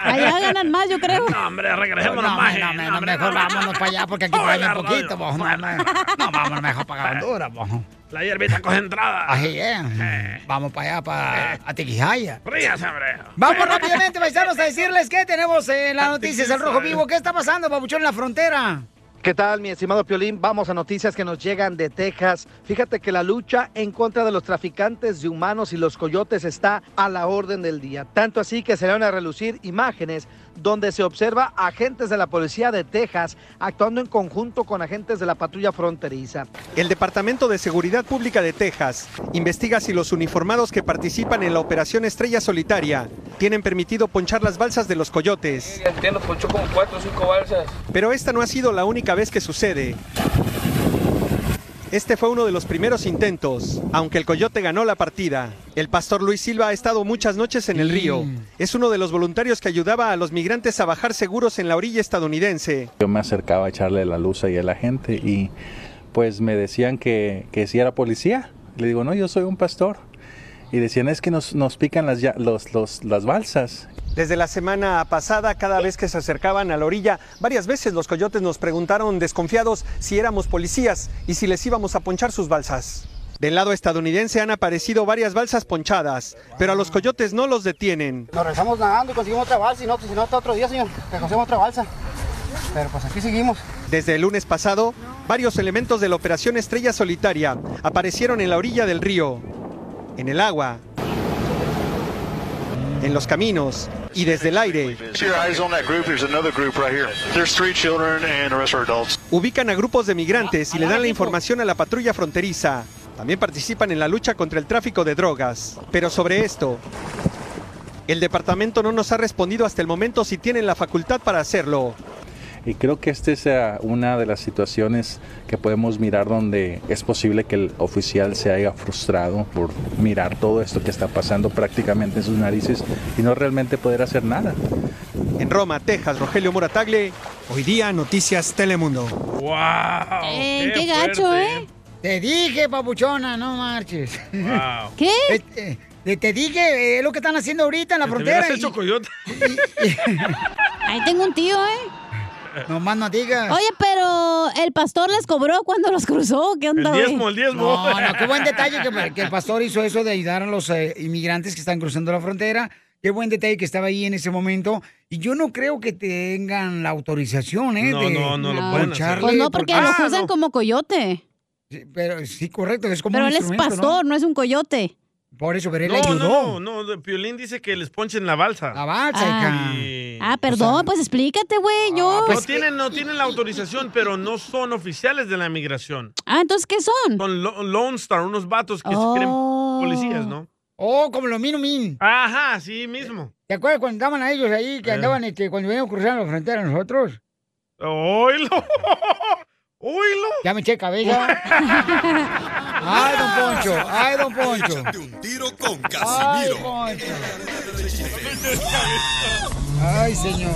[SPEAKER 3] Allá ganan más, yo creo.
[SPEAKER 1] No, hombre, regresemos
[SPEAKER 2] No,
[SPEAKER 1] nomás.
[SPEAKER 2] no,
[SPEAKER 1] eh,
[SPEAKER 2] no,
[SPEAKER 1] no,
[SPEAKER 2] no,
[SPEAKER 1] hombre,
[SPEAKER 2] mejor
[SPEAKER 1] no.
[SPEAKER 2] vámonos para allá porque aquí
[SPEAKER 1] Hola,
[SPEAKER 2] pagan
[SPEAKER 1] radio.
[SPEAKER 2] un poquito. po, No, no, no, vámonos mejor para Honduras. po.
[SPEAKER 1] [laughs] La hierbita coge entrada.
[SPEAKER 2] Así es. Vamos para allá, para Atiquijaya.
[SPEAKER 1] Ríase, hombre.
[SPEAKER 2] Vamos rápidamente, paisanos, a decirles que tenemos en las noticias El Rojo Vivo. ¿Qué está pasando, babuchón, en la frontera?
[SPEAKER 6] ¿Qué tal, mi estimado Piolín? Vamos a noticias que nos llegan de Texas. Fíjate que la lucha en contra de los traficantes de humanos y los coyotes está a la orden del día. Tanto así que se van a relucir imágenes donde se observa agentes de la policía de Texas actuando en conjunto con agentes de la patrulla fronteriza.
[SPEAKER 19] El Departamento de Seguridad Pública de Texas investiga si los uniformados que participan en la operación Estrella Solitaria tienen permitido ponchar las balsas de los coyotes.
[SPEAKER 20] Entiendo, ponchó como cuatro o cinco balsas.
[SPEAKER 12] [laughs]
[SPEAKER 19] Pero esta no ha sido la única vez que sucede. Este fue uno de los primeros intentos, aunque el coyote ganó la partida. El pastor Luis Silva ha estado muchas noches en el río. Es uno de los voluntarios que ayudaba a los migrantes a bajar seguros en la orilla estadounidense.
[SPEAKER 21] Yo me acercaba a echarle la luz ahí a la gente y pues me decían que, que si era policía. Le digo, no, yo soy un pastor. Y decían, es que nos, nos pican las, ya- los, los- las balsas.
[SPEAKER 19] Desde la semana pasada, cada vez que se acercaban a la orilla, varias veces los coyotes nos preguntaron desconfiados si éramos policías y si les íbamos a ponchar sus balsas. Del lado estadounidense han aparecido varias balsas ponchadas, pero a los coyotes no los detienen.
[SPEAKER 22] Nos regresamos nadando y conseguimos otra balsa, y no, pues, si no, hasta otro día, señor, que conseguimos otra balsa. Pero pues aquí seguimos.
[SPEAKER 19] Desde el lunes pasado, varios elementos de la operación Estrella Solitaria aparecieron en la orilla del río, en el agua, en los caminos y desde el aire.
[SPEAKER 13] See your eyes on that group. There's another group right here. There's three children and the rest are adults.
[SPEAKER 19] Ubican a grupos de migrantes y le dan la información a la patrulla fronteriza. También participan en la lucha contra el tráfico de drogas. Pero sobre esto, el departamento no nos ha respondido hasta el momento si tienen la facultad para hacerlo.
[SPEAKER 21] Y creo que esta es eh, una de las situaciones que podemos mirar donde es posible que el oficial se haya frustrado por mirar todo esto que está pasando prácticamente en sus narices y no realmente poder hacer nada.
[SPEAKER 19] En Roma, Texas, Rogelio Moratagle. Hoy día, Noticias Telemundo.
[SPEAKER 1] ¡Wow!
[SPEAKER 2] Eh, qué gacho, ¿eh? Te dije, papuchona, no marches.
[SPEAKER 1] Wow.
[SPEAKER 2] ¿Qué? Te, te dije, es lo que están haciendo ahorita en la
[SPEAKER 1] Te
[SPEAKER 2] frontera.
[SPEAKER 1] hubieras hecho coyote.
[SPEAKER 3] Ahí tengo un tío, ¿eh?
[SPEAKER 2] No más no digas.
[SPEAKER 3] Oye, pero el pastor les cobró cuando los cruzó. ¿Qué onda, güey?
[SPEAKER 2] No, no, qué buen detalle que, que el pastor hizo eso de ayudar a los eh, inmigrantes que están cruzando la frontera. Qué buen detalle que estaba ahí en ese momento. Y yo no creo que tengan la autorización, ¿eh?
[SPEAKER 1] No,
[SPEAKER 2] de
[SPEAKER 1] no, no lo pueden hacer.
[SPEAKER 2] poncharle,
[SPEAKER 3] Pues no, porque los usan como coyote.
[SPEAKER 2] ah, Pero sí, correcto, es como
[SPEAKER 3] Pero
[SPEAKER 2] un
[SPEAKER 3] él es
[SPEAKER 2] instrumento, ¿no?
[SPEAKER 3] pastor, ¿no? es un coyote.
[SPEAKER 2] Por eso, pero él
[SPEAKER 1] No,
[SPEAKER 2] ayudó.
[SPEAKER 1] no, no, no. de- Piolín dice que les ponchen la balsa. La
[SPEAKER 2] balsa,
[SPEAKER 3] Ah.
[SPEAKER 1] Y...
[SPEAKER 3] Ah, perdón, pues explícate, güey. Yo.
[SPEAKER 2] Ah, pues
[SPEAKER 1] no, tienen, no tienen la autorización, pero no son oficiales de la migración.
[SPEAKER 3] Ah, entonces, ¿qué son?
[SPEAKER 1] Son Lo- Lone Star, unos vatos que se creen policías, ¿no?
[SPEAKER 2] Oh, como los Minu Min.
[SPEAKER 1] Ajá, sí mismo.
[SPEAKER 2] ¿Te acuerdas cuando andaban a ellos ahí, que
[SPEAKER 1] Eh.
[SPEAKER 2] andaban este, cuando venían cruzando la frontera nosotros?
[SPEAKER 1] ¡Oilo! ¡Oilo!
[SPEAKER 2] Ya me eché cabeza. ¡Ay, don Poncho! ¡Ay, don Poncho!
[SPEAKER 13] Un tiro con
[SPEAKER 2] ¡Ay,
[SPEAKER 13] Casimiro.
[SPEAKER 2] Poncho! ¡Ay, señor!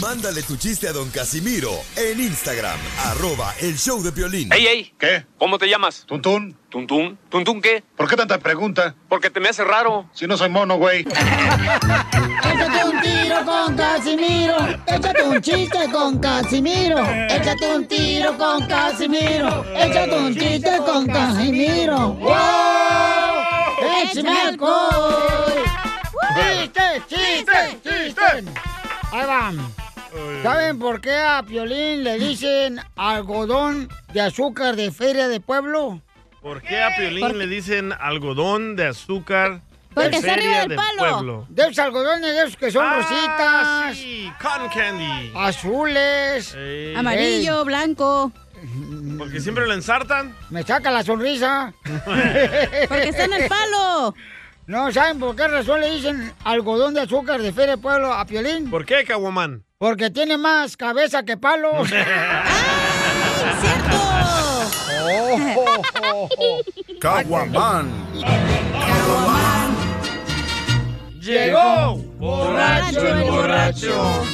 [SPEAKER 13] Mándale tu chiste a don Casimiro en Instagram, arroba el show de violín.
[SPEAKER 8] ¡Ey, ey!
[SPEAKER 13] ¿Qué?
[SPEAKER 8] ¿Cómo te llamas?
[SPEAKER 13] ¿Tuntún?
[SPEAKER 8] ¿Tuntún? ¿Tuntún qué?
[SPEAKER 13] ¿Por qué tanta pregunta?
[SPEAKER 8] Porque te me hace raro.
[SPEAKER 13] Si no soy mono, güey.
[SPEAKER 23] Ah,
[SPEAKER 2] Échate un tiro con Casimiro. Échate un chiste con Casimiro. Échate un tiro con Casimiro. Échate un chiste con Casimiro. ¡Wow! ¡Échame alcohol! ¡Chiste, chiste, chiste! Ahí van. ¿Saben por qué a Piolín le dicen algodón de azúcar de feria de pueblo?
[SPEAKER 1] ¿Por qué a Piolín le dicen algodón de azúcar de feria de pueblo?
[SPEAKER 2] De esos algodones, de esos que son
[SPEAKER 1] Ah,
[SPEAKER 2] rositas.
[SPEAKER 1] Sí, cotton candy.
[SPEAKER 2] Azules.
[SPEAKER 1] Ey.
[SPEAKER 3] Amarillo, blanco.
[SPEAKER 1] Porque siempre lo ensartan.
[SPEAKER 2] Me saca la
[SPEAKER 3] [laughs]
[SPEAKER 2] sonrisa.
[SPEAKER 1] Porque
[SPEAKER 3] está en el palo.
[SPEAKER 2] No, ¿saben por qué razón le dicen algodón de azúcar de Feria de Pueblo a Piolín?
[SPEAKER 1] ¿Por qué, Caguamán?
[SPEAKER 2] Porque tiene más cabeza que palo.
[SPEAKER 1] [laughs]
[SPEAKER 2] [laughs] Oh, [laughs]
[SPEAKER 13] Caguamán.
[SPEAKER 24] Llegó
[SPEAKER 1] borracho
[SPEAKER 24] el
[SPEAKER 1] borracho,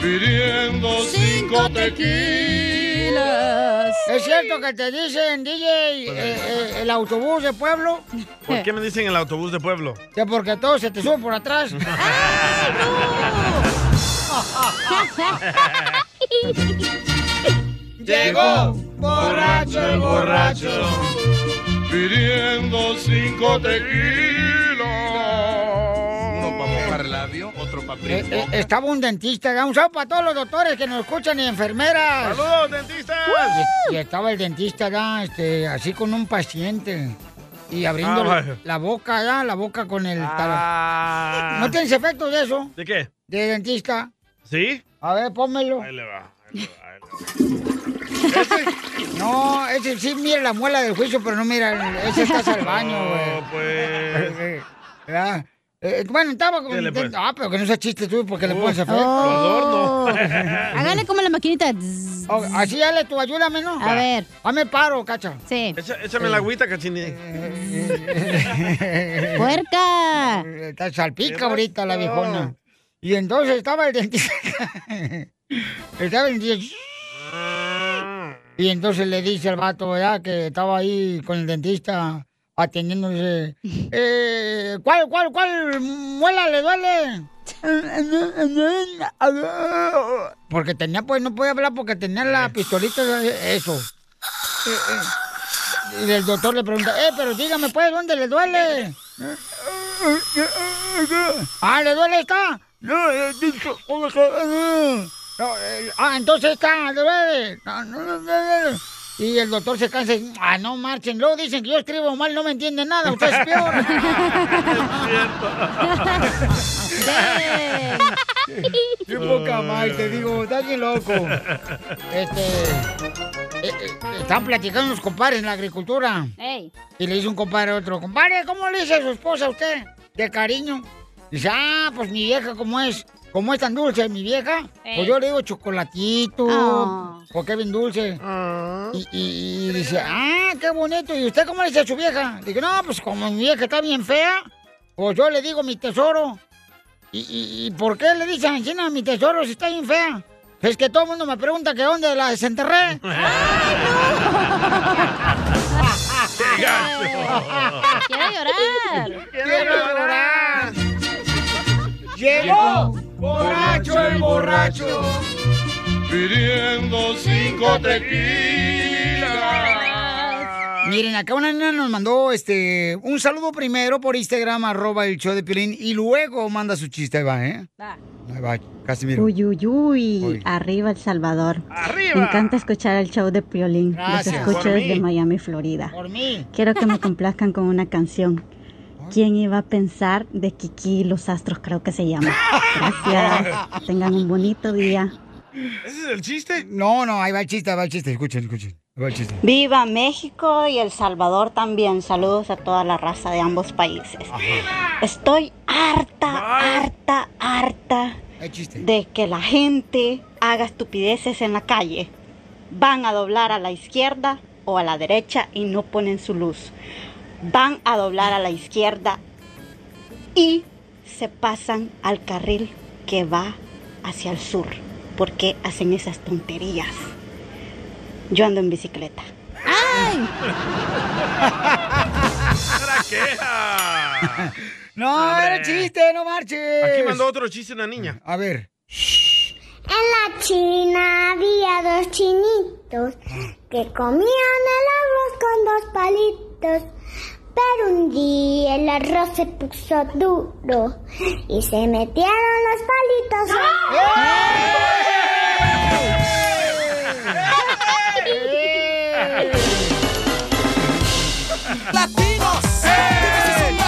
[SPEAKER 24] pidiendo cinco tequilas.
[SPEAKER 2] ¿Es cierto que te dicen,
[SPEAKER 1] Pues
[SPEAKER 2] DJ, eh, eh, el autobús de pueblo?
[SPEAKER 1] ¿Por qué me dicen el autobús de pueblo?
[SPEAKER 2] Que porque todo se te sube por atrás.
[SPEAKER 1] [laughs]
[SPEAKER 24] Llegó borracho el borracho,
[SPEAKER 25] Pidiendo cinco tequilas.
[SPEAKER 26] Uno para mojar labio, otro para
[SPEAKER 2] Eh, eh, estaba un dentista, da un saludo para todos los doctores que nos escuchan y enfermeras.
[SPEAKER 1] ¡Saludos, dentistas!
[SPEAKER 2] Y, y estaba el dentista, da, este, así con un paciente. Y abriendo
[SPEAKER 1] Ah, vaya.
[SPEAKER 2] la boca, da, la boca con el talo-
[SPEAKER 1] Ah.
[SPEAKER 2] ¿No tienes efecto de eso?
[SPEAKER 1] ¿De qué?
[SPEAKER 2] De dentista.
[SPEAKER 1] ¿Sí?
[SPEAKER 2] A ver, pónmelo.
[SPEAKER 1] Ahí le va.
[SPEAKER 2] No, ese sí mira la muela del juicio, pero no mira, el- ese estás al baño, güey.
[SPEAKER 1] No,
[SPEAKER 24] Eh,
[SPEAKER 1] pues.
[SPEAKER 2] ¿Verdad? Eh, bueno, estaba con...
[SPEAKER 1] Dele, pues.
[SPEAKER 2] Ah, pero que no se chiste tú porque le
[SPEAKER 1] Oh.
[SPEAKER 2] pones efecto.
[SPEAKER 1] Oh. Lo adorno.
[SPEAKER 3] [laughs] Hágale como la maquinita.
[SPEAKER 2] Oh, así dale tú, ayúdame, ¿no?
[SPEAKER 3] A ver.
[SPEAKER 2] Dame paro, cacha.
[SPEAKER 3] Sí.
[SPEAKER 1] Echa- échame la agüita, cachini.
[SPEAKER 2] Eh, [laughs]
[SPEAKER 3] ¡Puerca!
[SPEAKER 2] Está salpica ahorita la viejona. Y entonces estaba el dentista. [laughs] estaba el dentista. Y entonces le dice al vato, ¿verdad? Que estaba ahí con el dentista atendiéndose. Eh, ¿Cuál, cuál, cuál muela le duele? Porque tenía, pues, no podía hablar porque tenía la pistolita, eso. Eh, eh. Y el doctor le pregunta, eh, pero dígame pues, ¿dónde le duele? Ah, ¿le duele esta? No, he dicho, ¿cómo que, eh, no, eh, ah, entonces está, le duele. No, no, no, no, no. Y el doctor se cansa y, ah, no marchen. Luego dicen que yo escribo mal, no me entienden nada, usted es peor. [laughs] Eh. Qué poca mal, te digo, está bien loco. Este, eh, eh, están platicando unos compadres en la agricultura.
[SPEAKER 3] [laughs] ¡Ey!
[SPEAKER 2] Y le dice un compadre a otro, compadre, ¿cómo le dice a su esposa a usted? De cariño. Dice, ah, pues mi vieja, ¿cómo es? ¿Cómo es tan dulce mi vieja?
[SPEAKER 3] Eh.
[SPEAKER 2] Pues yo le digo chocolatito,
[SPEAKER 3] Ah.
[SPEAKER 2] porque es bien dulce. Y, y- y dice, ah, qué bonito. ¿Y usted cómo le dice a su vieja? Digo, no, pues como mi vieja está bien fea, pues yo le digo mi tesoro. ¿Y, y- y por qué le dice a China mi tesoro si está bien fea? Es que todo el mundo me pregunta que dónde
[SPEAKER 3] [laughs]
[SPEAKER 2] la desenterré.
[SPEAKER 3] ¡Quiero
[SPEAKER 1] [laughs]
[SPEAKER 3] llorar!
[SPEAKER 2] ¡Quiero llorar!
[SPEAKER 24] Llegó borracho el borracho,
[SPEAKER 25] Pidiendo cinco tequilas.
[SPEAKER 2] Miren, acá una nena nos mandó este un saludo primero por Instagram, arroba el show de Piolín, y luego manda su chiste, ahí va, ¿eh? Ahí va, Casimiro.
[SPEAKER 27] Uy, uy, uy,
[SPEAKER 2] Uy.
[SPEAKER 27] arriba El Salvador.
[SPEAKER 2] ¡Arriba!
[SPEAKER 27] Me encanta escuchar el show de Piolín.
[SPEAKER 2] Gracias.
[SPEAKER 27] Los escucho
[SPEAKER 2] Por mí.
[SPEAKER 27] desde Miami, Florida.
[SPEAKER 2] Por mí.
[SPEAKER 27] Quiero que me complazcan con una canción. ¿Quién iba a pensar de Kiki y los astros, creo que se llama? Gracias. Que Tengan un bonito día.
[SPEAKER 1] ¿Ese es el chiste?
[SPEAKER 2] No, no, ahí va el chiste, ahí va el chiste. Escuchen, escuchen. Ahí va el chiste.
[SPEAKER 27] Viva México y El Salvador también. Saludos a toda la raza de ambos países. Estoy harta, harta, harta de que la gente haga estupideces en la calle. Van a doblar a la izquierda o a la derecha y no ponen su luz. Van a doblar a la izquierda y se pasan al carril que va hacia el sur. ¿Por qué hacen esas tonterías? Yo ando en bicicleta.
[SPEAKER 2] [laughs] No,
[SPEAKER 1] Hombre.
[SPEAKER 2] era chiste, no marches.
[SPEAKER 1] Aquí mandó otro chiste una niña.
[SPEAKER 2] A ver.
[SPEAKER 28] En la China había dos chinitos que comían el arroz con dos palitos. Pero un día el arroz se puso duro y se metieron los palitos.
[SPEAKER 2] ¡Eh!
[SPEAKER 28] ¡Latinos!
[SPEAKER 2] ¡Eh!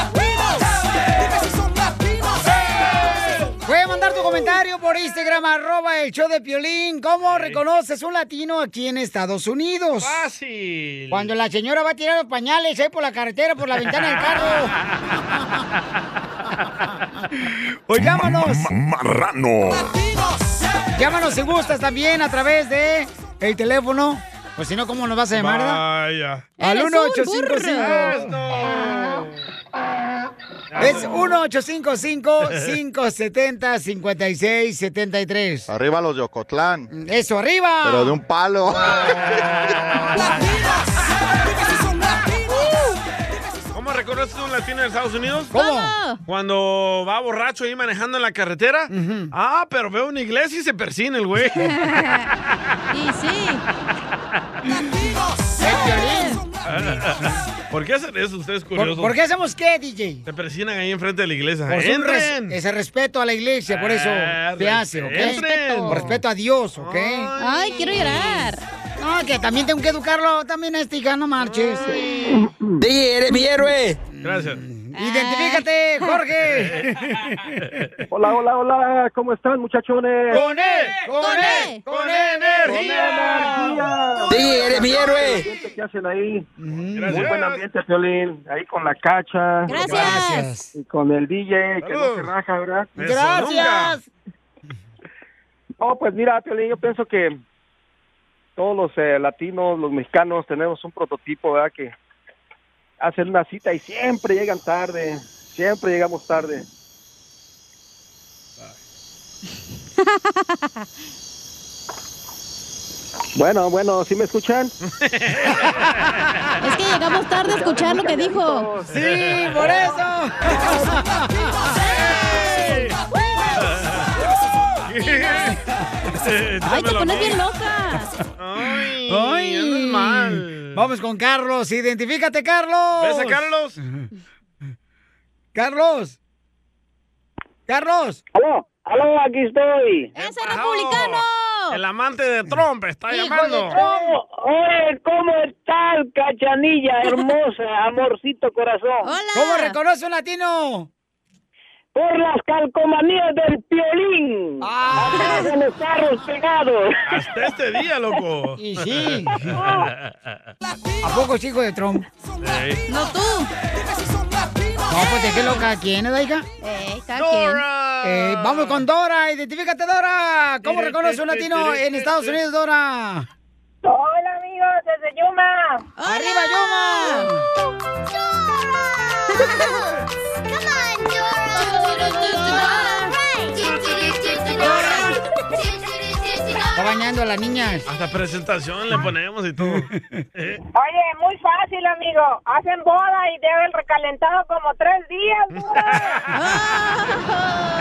[SPEAKER 2] Puedes mandar tu comentario por Instagram, arroba el show de Piolín. ¿Cómo reconoces un latino aquí en Estados Unidos?
[SPEAKER 1] Fácil.
[SPEAKER 2] Cuando la señora va a tirar los pañales ahí por la carretera, por la ventana del carro. Oigámonos.
[SPEAKER 7] Marrano.
[SPEAKER 2] Llámanos si gustas también a través de el teléfono. Pues si no, ¿cómo nos vas a llamar? verdad?
[SPEAKER 1] Vaya.
[SPEAKER 2] Al
[SPEAKER 28] Eres un
[SPEAKER 2] 1855. Es 1855-570-5673.
[SPEAKER 29] Arriba los de Ocotlán.
[SPEAKER 2] Eso, arriba.
[SPEAKER 29] Pero de un palo.
[SPEAKER 1] [laughs] ¿Cómo reconoces un latino en Estados Unidos?
[SPEAKER 2] ¿Cómo?
[SPEAKER 1] Cuando va borracho ahí manejando en la carretera. Ah, pero veo una iglesia y se persina el
[SPEAKER 2] [laughs]
[SPEAKER 1] güey.
[SPEAKER 3] [laughs]
[SPEAKER 1] [laughs]
[SPEAKER 3] Y sí.
[SPEAKER 1] ¿Por qué hacen eso ustedes curiosos?
[SPEAKER 2] ¿Por, por qué hacemos qué, DJ?
[SPEAKER 1] Se persinan ahí enfrente de la iglesia.
[SPEAKER 2] Por un res-
[SPEAKER 1] ¡Entren!
[SPEAKER 2] ese respeto a la iglesia, por eso
[SPEAKER 1] Ah,
[SPEAKER 2] se hace, ¿ok?
[SPEAKER 1] entren.
[SPEAKER 2] Por respeto a Dios, ¿ok?
[SPEAKER 3] Ay, quiero llorar.
[SPEAKER 2] No, Ah, que también tengo que educarlo, también a este hija, no marches.
[SPEAKER 7] DJ, eres mi héroe.
[SPEAKER 1] Gracias.
[SPEAKER 2] Identifícate, Jorge.
[SPEAKER 30] Hola, hola, hola, ¿cómo están muchachones?
[SPEAKER 2] ¡Con él! ¡Con
[SPEAKER 3] E.
[SPEAKER 2] él! ¡Con E energía!
[SPEAKER 30] DJ, eres mi héroe.
[SPEAKER 2] [laughs]
[SPEAKER 30] ¿Qué hacen ahí? Muy buen ambiente, Piolín. Ahí con la cacha.
[SPEAKER 2] Gracias.
[SPEAKER 30] Y con el DJ, que no se
[SPEAKER 28] Saludos.
[SPEAKER 30] raja, ¿verdad?
[SPEAKER 28] Eso Gracias.
[SPEAKER 30] No, pues mira, Piolín, yo pienso que todos los eh, latinos, los mexicanos, tenemos un prototipo, ¿verdad? Que hacen una cita y siempre llegan tarde. Siempre llegamos tarde. Bueno, bueno, ¿sí me escuchan?
[SPEAKER 3] [laughs] Es que llegamos tarde a escuchar lo que dijo.
[SPEAKER 30] Sí, por
[SPEAKER 3] Ay, te pones bien loca.
[SPEAKER 2] ¡Ay! mal. Vamos con Carlos, identifícate, Carlos.
[SPEAKER 1] ¿Ves a Carlos?
[SPEAKER 2] Carlos. Carlos.
[SPEAKER 31] Aló, aló, aquí estoy.
[SPEAKER 3] ¡Ese republicano!
[SPEAKER 1] El amante de Trump está
[SPEAKER 31] ¡Hijo
[SPEAKER 1] llamando.
[SPEAKER 31] de Trump! Oye, ¿cómo estás, cachanilla hermosa, amorcito corazón?
[SPEAKER 2] ¿Cómo reconoce un latino?
[SPEAKER 31] Por las calcomanías del piolín.
[SPEAKER 2] Ah.
[SPEAKER 31] Atrás de los carros pegados.
[SPEAKER 1] Hasta este día, loco.
[SPEAKER 2] Y sí. ¿A poco es hijo de Trump?
[SPEAKER 1] Ey.
[SPEAKER 3] No tú.
[SPEAKER 2] No, pues de qué loca. ¿Quién es la hija?
[SPEAKER 3] Eh,
[SPEAKER 2] Eh, vamos con Dora, identifícate, Dora. ¿Cómo
[SPEAKER 31] Tiri,
[SPEAKER 2] reconoce un
[SPEAKER 31] tiri,
[SPEAKER 2] latino
[SPEAKER 31] tiri,
[SPEAKER 2] en
[SPEAKER 31] tiri,
[SPEAKER 2] Estados
[SPEAKER 31] tiri.
[SPEAKER 2] Unidos, Dora?
[SPEAKER 31] Hola, amigos, desde Yuma.
[SPEAKER 2] ¡Arriba, Yuma! Está bañando a las niñas.
[SPEAKER 1] Hasta presentación le ponemos y todo. Eh,
[SPEAKER 31] Oye, muy fácil, amigo. Hacen boda y deben recalentado como tres días.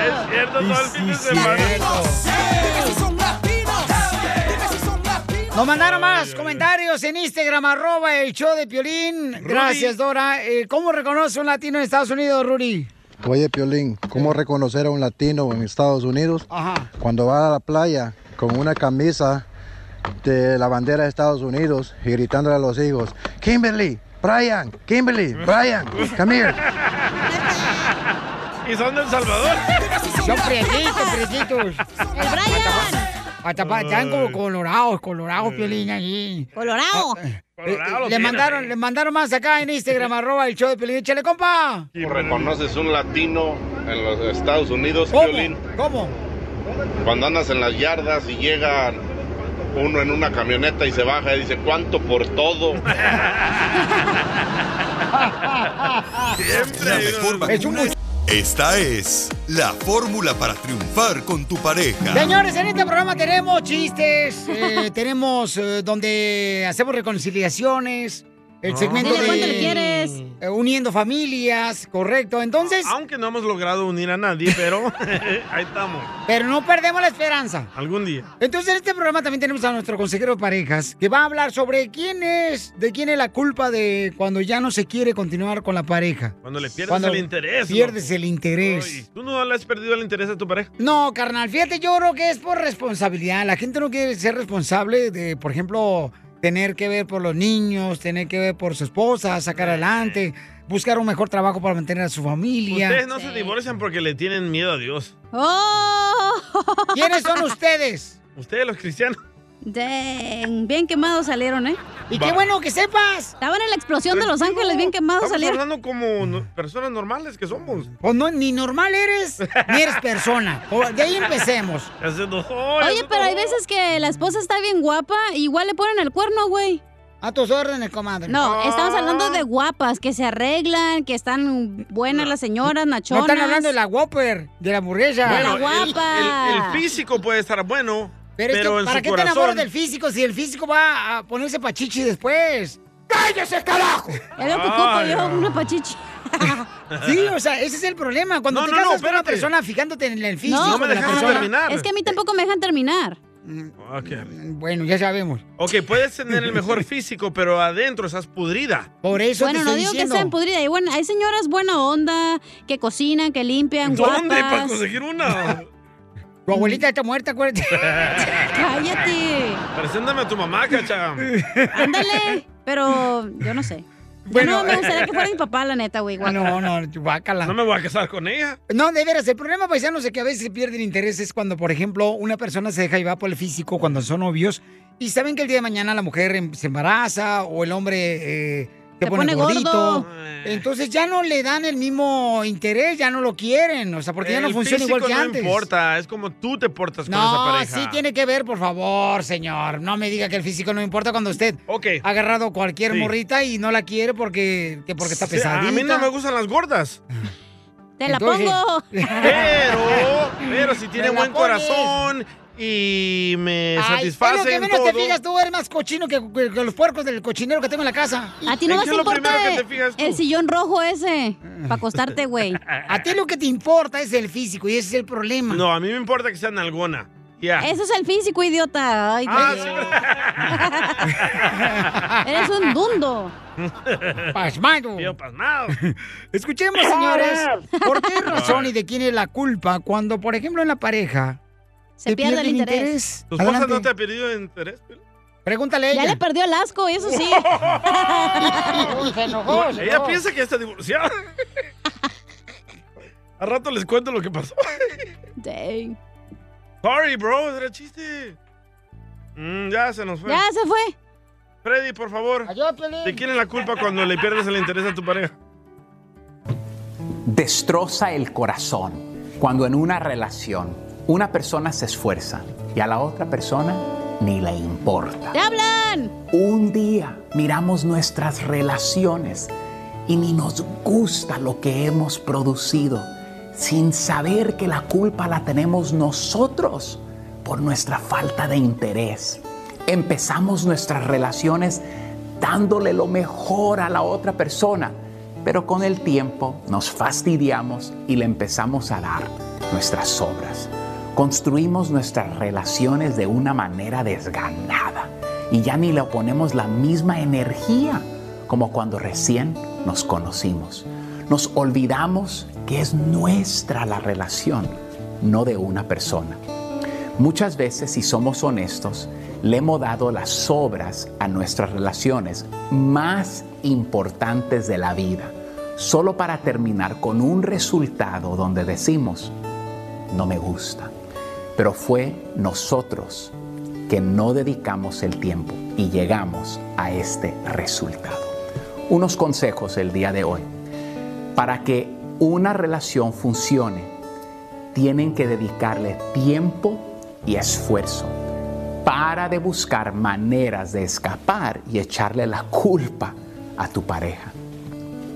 [SPEAKER 1] es cierto, todo el fin de semana.
[SPEAKER 2] Nos mandaron más comentarios en Instagram, arroba el show de Piolín. Gracias, Dora. Eh, ¿Cómo reconoce un latino en Estados Unidos, Ruri?
[SPEAKER 18] Oye, Piolín, ¿cómo reconocer a un latino en Estados Unidos cuando va a la playa con una camisa de la bandera de Estados Unidos y gritándole a los hijos, Kimberly, Brian, Kimberly, Brian, come here.
[SPEAKER 1] y son de El Salvador.
[SPEAKER 2] Son priejitos, priejitos.
[SPEAKER 3] ¡El Brian!
[SPEAKER 2] Hasta pa- están como colorados, colorados, Piolín, allí.
[SPEAKER 3] Colorado.
[SPEAKER 2] Ah, eh,
[SPEAKER 1] Colorado
[SPEAKER 2] eh, le
[SPEAKER 1] tiene.
[SPEAKER 2] mandaron, le mandaron más acá en Instagram, arroba el show de Piolín. ¡Échale, compa!
[SPEAKER 32] ¿Tú reconoces un latino en los Estados Unidos, Piolín?
[SPEAKER 2] ¿Cómo?
[SPEAKER 32] Cuando andas en las yardas y llega uno en una camioneta y se baja y dice, ¿cuánto por todo?
[SPEAKER 5] La mejor vacuna es- Esta es la fórmula para triunfar con tu pareja.
[SPEAKER 2] Señores, en este programa tenemos chistes,
[SPEAKER 1] [laughs]
[SPEAKER 2] eh, tenemos eh, donde hacemos reconciliaciones, el
[SPEAKER 1] Ah.
[SPEAKER 2] segmento
[SPEAKER 1] Dile
[SPEAKER 2] de...
[SPEAKER 1] cuánto le quieres.
[SPEAKER 2] eh, uniendo familias, correcto. Entonces,
[SPEAKER 1] Aunque no hemos logrado unir a nadie,
[SPEAKER 2] [laughs]
[SPEAKER 1] pero [laughs] ahí estamos.
[SPEAKER 2] pero no perdemos la esperanza.
[SPEAKER 1] Algún día.
[SPEAKER 2] Entonces, en este programa también tenemos a nuestro consejero de parejas que va a hablar sobre quién es, de quién es la culpa de cuando ya no se quiere continuar con la pareja.
[SPEAKER 1] [laughs] Cuando le pierdes
[SPEAKER 2] Cuando
[SPEAKER 1] el interés.
[SPEAKER 2] Pierdes
[SPEAKER 1] loco.
[SPEAKER 2] el interés.
[SPEAKER 1] ¿Tú no le has perdido el interés a tu pareja?
[SPEAKER 2] No, carnal, fíjate, yo creo que es por responsabilidad. La gente no quiere ser responsable de, por ejemplo, tener que ver por los niños, tener que ver por su esposa, sacar adelante, buscar un mejor trabajo para mantener a su familia.
[SPEAKER 1] Ustedes no se divorcian porque le tienen miedo a Dios.
[SPEAKER 2] Eh, ¿Quiénes son ustedes?
[SPEAKER 1] Ustedes los cristianos.
[SPEAKER 3] Dang, bien quemados salieron, ¿eh?
[SPEAKER 2] Y
[SPEAKER 1] qué Va. bueno
[SPEAKER 2] que sepas.
[SPEAKER 3] Estaban en la explosión de Los Ángeles, bien quemados
[SPEAKER 1] Estamos
[SPEAKER 3] salieron.
[SPEAKER 1] hablando como no- personas normales que somos.
[SPEAKER 2] Pues no, ni normal eres, ni eres persona. O- De ahí empecemos.
[SPEAKER 1] [laughs] Hace dos horas,
[SPEAKER 3] Oye,
[SPEAKER 1] hace
[SPEAKER 3] pero
[SPEAKER 1] dos
[SPEAKER 3] hay veces que la esposa está bien guapa, igual le ponen el cuerno, güey.
[SPEAKER 2] A tus órdenes, comadre.
[SPEAKER 3] No,
[SPEAKER 2] Ah.
[SPEAKER 3] estamos hablando de guapas, que se arreglan, que están buenas las señoras,
[SPEAKER 2] No
[SPEAKER 3] nachonas.
[SPEAKER 2] están hablando de la Whopper, de la hamburguesa.
[SPEAKER 3] De la
[SPEAKER 1] Bueno, el-
[SPEAKER 3] guapa.
[SPEAKER 1] El, el físico puede estar bueno, pero,
[SPEAKER 2] Pero, es que,
[SPEAKER 1] en
[SPEAKER 2] ¿para
[SPEAKER 1] su
[SPEAKER 2] qué te
[SPEAKER 1] corazón.
[SPEAKER 2] enamoras del físico si el físico va a ponerse pachichi después? ¡Cállese, carajo!
[SPEAKER 3] Es lo que ocupo yo, una pachichi.
[SPEAKER 2] [laughs] Sí, o sea, ese es el problema. Cuando
[SPEAKER 3] No,
[SPEAKER 2] te
[SPEAKER 3] no, no,
[SPEAKER 2] casas con una
[SPEAKER 3] espérate.
[SPEAKER 2] persona fijándote en el físico.
[SPEAKER 3] No,
[SPEAKER 2] de la persona-
[SPEAKER 3] Es que a mí tampoco me dejan terminar.
[SPEAKER 1] Ah, Ok.
[SPEAKER 2] Bueno, ya sabemos.
[SPEAKER 1] Ok, puedes tener el mejor físico, pero adentro estás pudrida.
[SPEAKER 2] Por eso
[SPEAKER 3] bueno, no digo que sean podridas. Y bueno, hay señoras buena onda, que cocinan, que limpian,
[SPEAKER 1] ¿Dónde? Para
[SPEAKER 3] guapas.
[SPEAKER 1] conseguir
[SPEAKER 3] [laughs]
[SPEAKER 1] una.
[SPEAKER 2] Tu abuelita está muerta, acuérdate.
[SPEAKER 3] Cállate.
[SPEAKER 1] Preséntame a tu mamá,
[SPEAKER 2] [laughs]
[SPEAKER 1] cacha.
[SPEAKER 3] Ándale. Pero yo no sé. Yo
[SPEAKER 1] Bueno. eh,
[SPEAKER 3] no me gustaría que fuera mi papá, la neta, güey. guaca.
[SPEAKER 2] [laughs] No, no, tu guácala.
[SPEAKER 1] No me voy a casar con ella.
[SPEAKER 2] No, de veras, el problema paisano es que a veces se pierden intereses cuando, por ejemplo, una persona se deja llevar por el físico cuando son novios y saben que el día de mañana la mujer em- se embaraza o el hombre eh, se
[SPEAKER 3] Se
[SPEAKER 2] pone,
[SPEAKER 3] pone
[SPEAKER 2] gordito.
[SPEAKER 3] gordo.
[SPEAKER 1] Ah.
[SPEAKER 2] Entonces ya no le dan el mismo interés, ya no lo quieren, o sea, porque ya no
[SPEAKER 1] El
[SPEAKER 2] funciona
[SPEAKER 1] físico
[SPEAKER 2] igual que
[SPEAKER 1] no
[SPEAKER 2] antes.
[SPEAKER 1] importa, es como tú te portas con esa
[SPEAKER 2] No,
[SPEAKER 1] pareja.
[SPEAKER 2] sí tiene que ver, por favor, señor. No me diga que el físico no importa cuando usted ha agarrado cualquier
[SPEAKER 1] Sí.
[SPEAKER 2] morrita y no la quiere porque, que porque está
[SPEAKER 1] Sí, a
[SPEAKER 2] pesadita.
[SPEAKER 1] mí no me gustan las gordas.
[SPEAKER 3] Te la
[SPEAKER 2] Entonces-
[SPEAKER 1] [laughs]
[SPEAKER 2] [laughs]
[SPEAKER 3] pongo.
[SPEAKER 1] Pero, pero si tiene
[SPEAKER 2] Me la
[SPEAKER 1] buen
[SPEAKER 2] pones.
[SPEAKER 1] corazón y me
[SPEAKER 2] Ay, es lo
[SPEAKER 1] satisface
[SPEAKER 2] que
[SPEAKER 1] en
[SPEAKER 2] menos
[SPEAKER 1] todo.
[SPEAKER 2] te fijas, tú eres más cochino que, que- que los puercos del cochinero que tengo en la casa.
[SPEAKER 3] A ti no vas a importar el sillón rojo ese para acostarte, güey.
[SPEAKER 2] [laughs] A ti lo que te importa es el físico y ese es el problema.
[SPEAKER 1] No, a mí me importa que sean alguna. Ya.
[SPEAKER 3] Eso es el físico, idiota. Ay,
[SPEAKER 1] Ah,
[SPEAKER 3] güey. [laughs] Eres un dundo.
[SPEAKER 2] Pasmado.
[SPEAKER 1] Yo
[SPEAKER 2] [laughs]
[SPEAKER 1] pasmado. [laughs]
[SPEAKER 2] Escuchemos, señores, ¿por qué razón y de quién es la culpa cuando, por ejemplo, en la pareja
[SPEAKER 3] Se pierde el interés.
[SPEAKER 1] ¿Tu esposa
[SPEAKER 2] Adelante.
[SPEAKER 1] no te ha perdido interés?
[SPEAKER 2] Pregúntale a
[SPEAKER 3] Ya
[SPEAKER 2] ella.
[SPEAKER 3] le perdió el asco,
[SPEAKER 1] [laughs]
[SPEAKER 3] eso
[SPEAKER 2] [laughs]
[SPEAKER 3] sí.
[SPEAKER 2] se enojó, se
[SPEAKER 1] Ella
[SPEAKER 2] enojó.
[SPEAKER 1] piensa que ya está
[SPEAKER 2] [laughs]
[SPEAKER 1] divorciada. Al rato les cuento lo que pasó.
[SPEAKER 3] Dang.
[SPEAKER 1] Sorry, bro, era chiste. Mm, ya se nos fue.
[SPEAKER 3] Ya se fue.
[SPEAKER 1] Freddy, por favor. ¿De quién es la culpa cuando le pierdes el interés a tu pareja?
[SPEAKER 33] destroza el corazón cuando en una relación una persona se esfuerza y a la otra persona ni le importa.
[SPEAKER 3] ¡Te hablan!
[SPEAKER 33] Un día miramos nuestras relaciones y ni nos gusta lo que hemos producido sin saber que la culpa la tenemos nosotros por nuestra falta de interés. Empezamos nuestras relaciones dándole lo mejor a la otra persona, pero con el tiempo nos fastidiamos y le empezamos a dar nuestras obras. Construimos nuestras relaciones de una manera desganada y ya ni le ponemos la misma energía como cuando recién nos conocimos. Nos olvidamos que es nuestra la relación, no de una persona. Muchas veces, si somos honestos, le hemos dado las obras a nuestras relaciones más importantes de la vida, solo para terminar con un resultado donde decimos, no me gusta. Pero fue nosotros que no dedicamos el tiempo y llegamos a este resultado. Unos consejos el día de hoy. Para que una relación funcione, tienen que dedicarle tiempo y esfuerzo para de buscar maneras de escapar y echarle la culpa a tu pareja.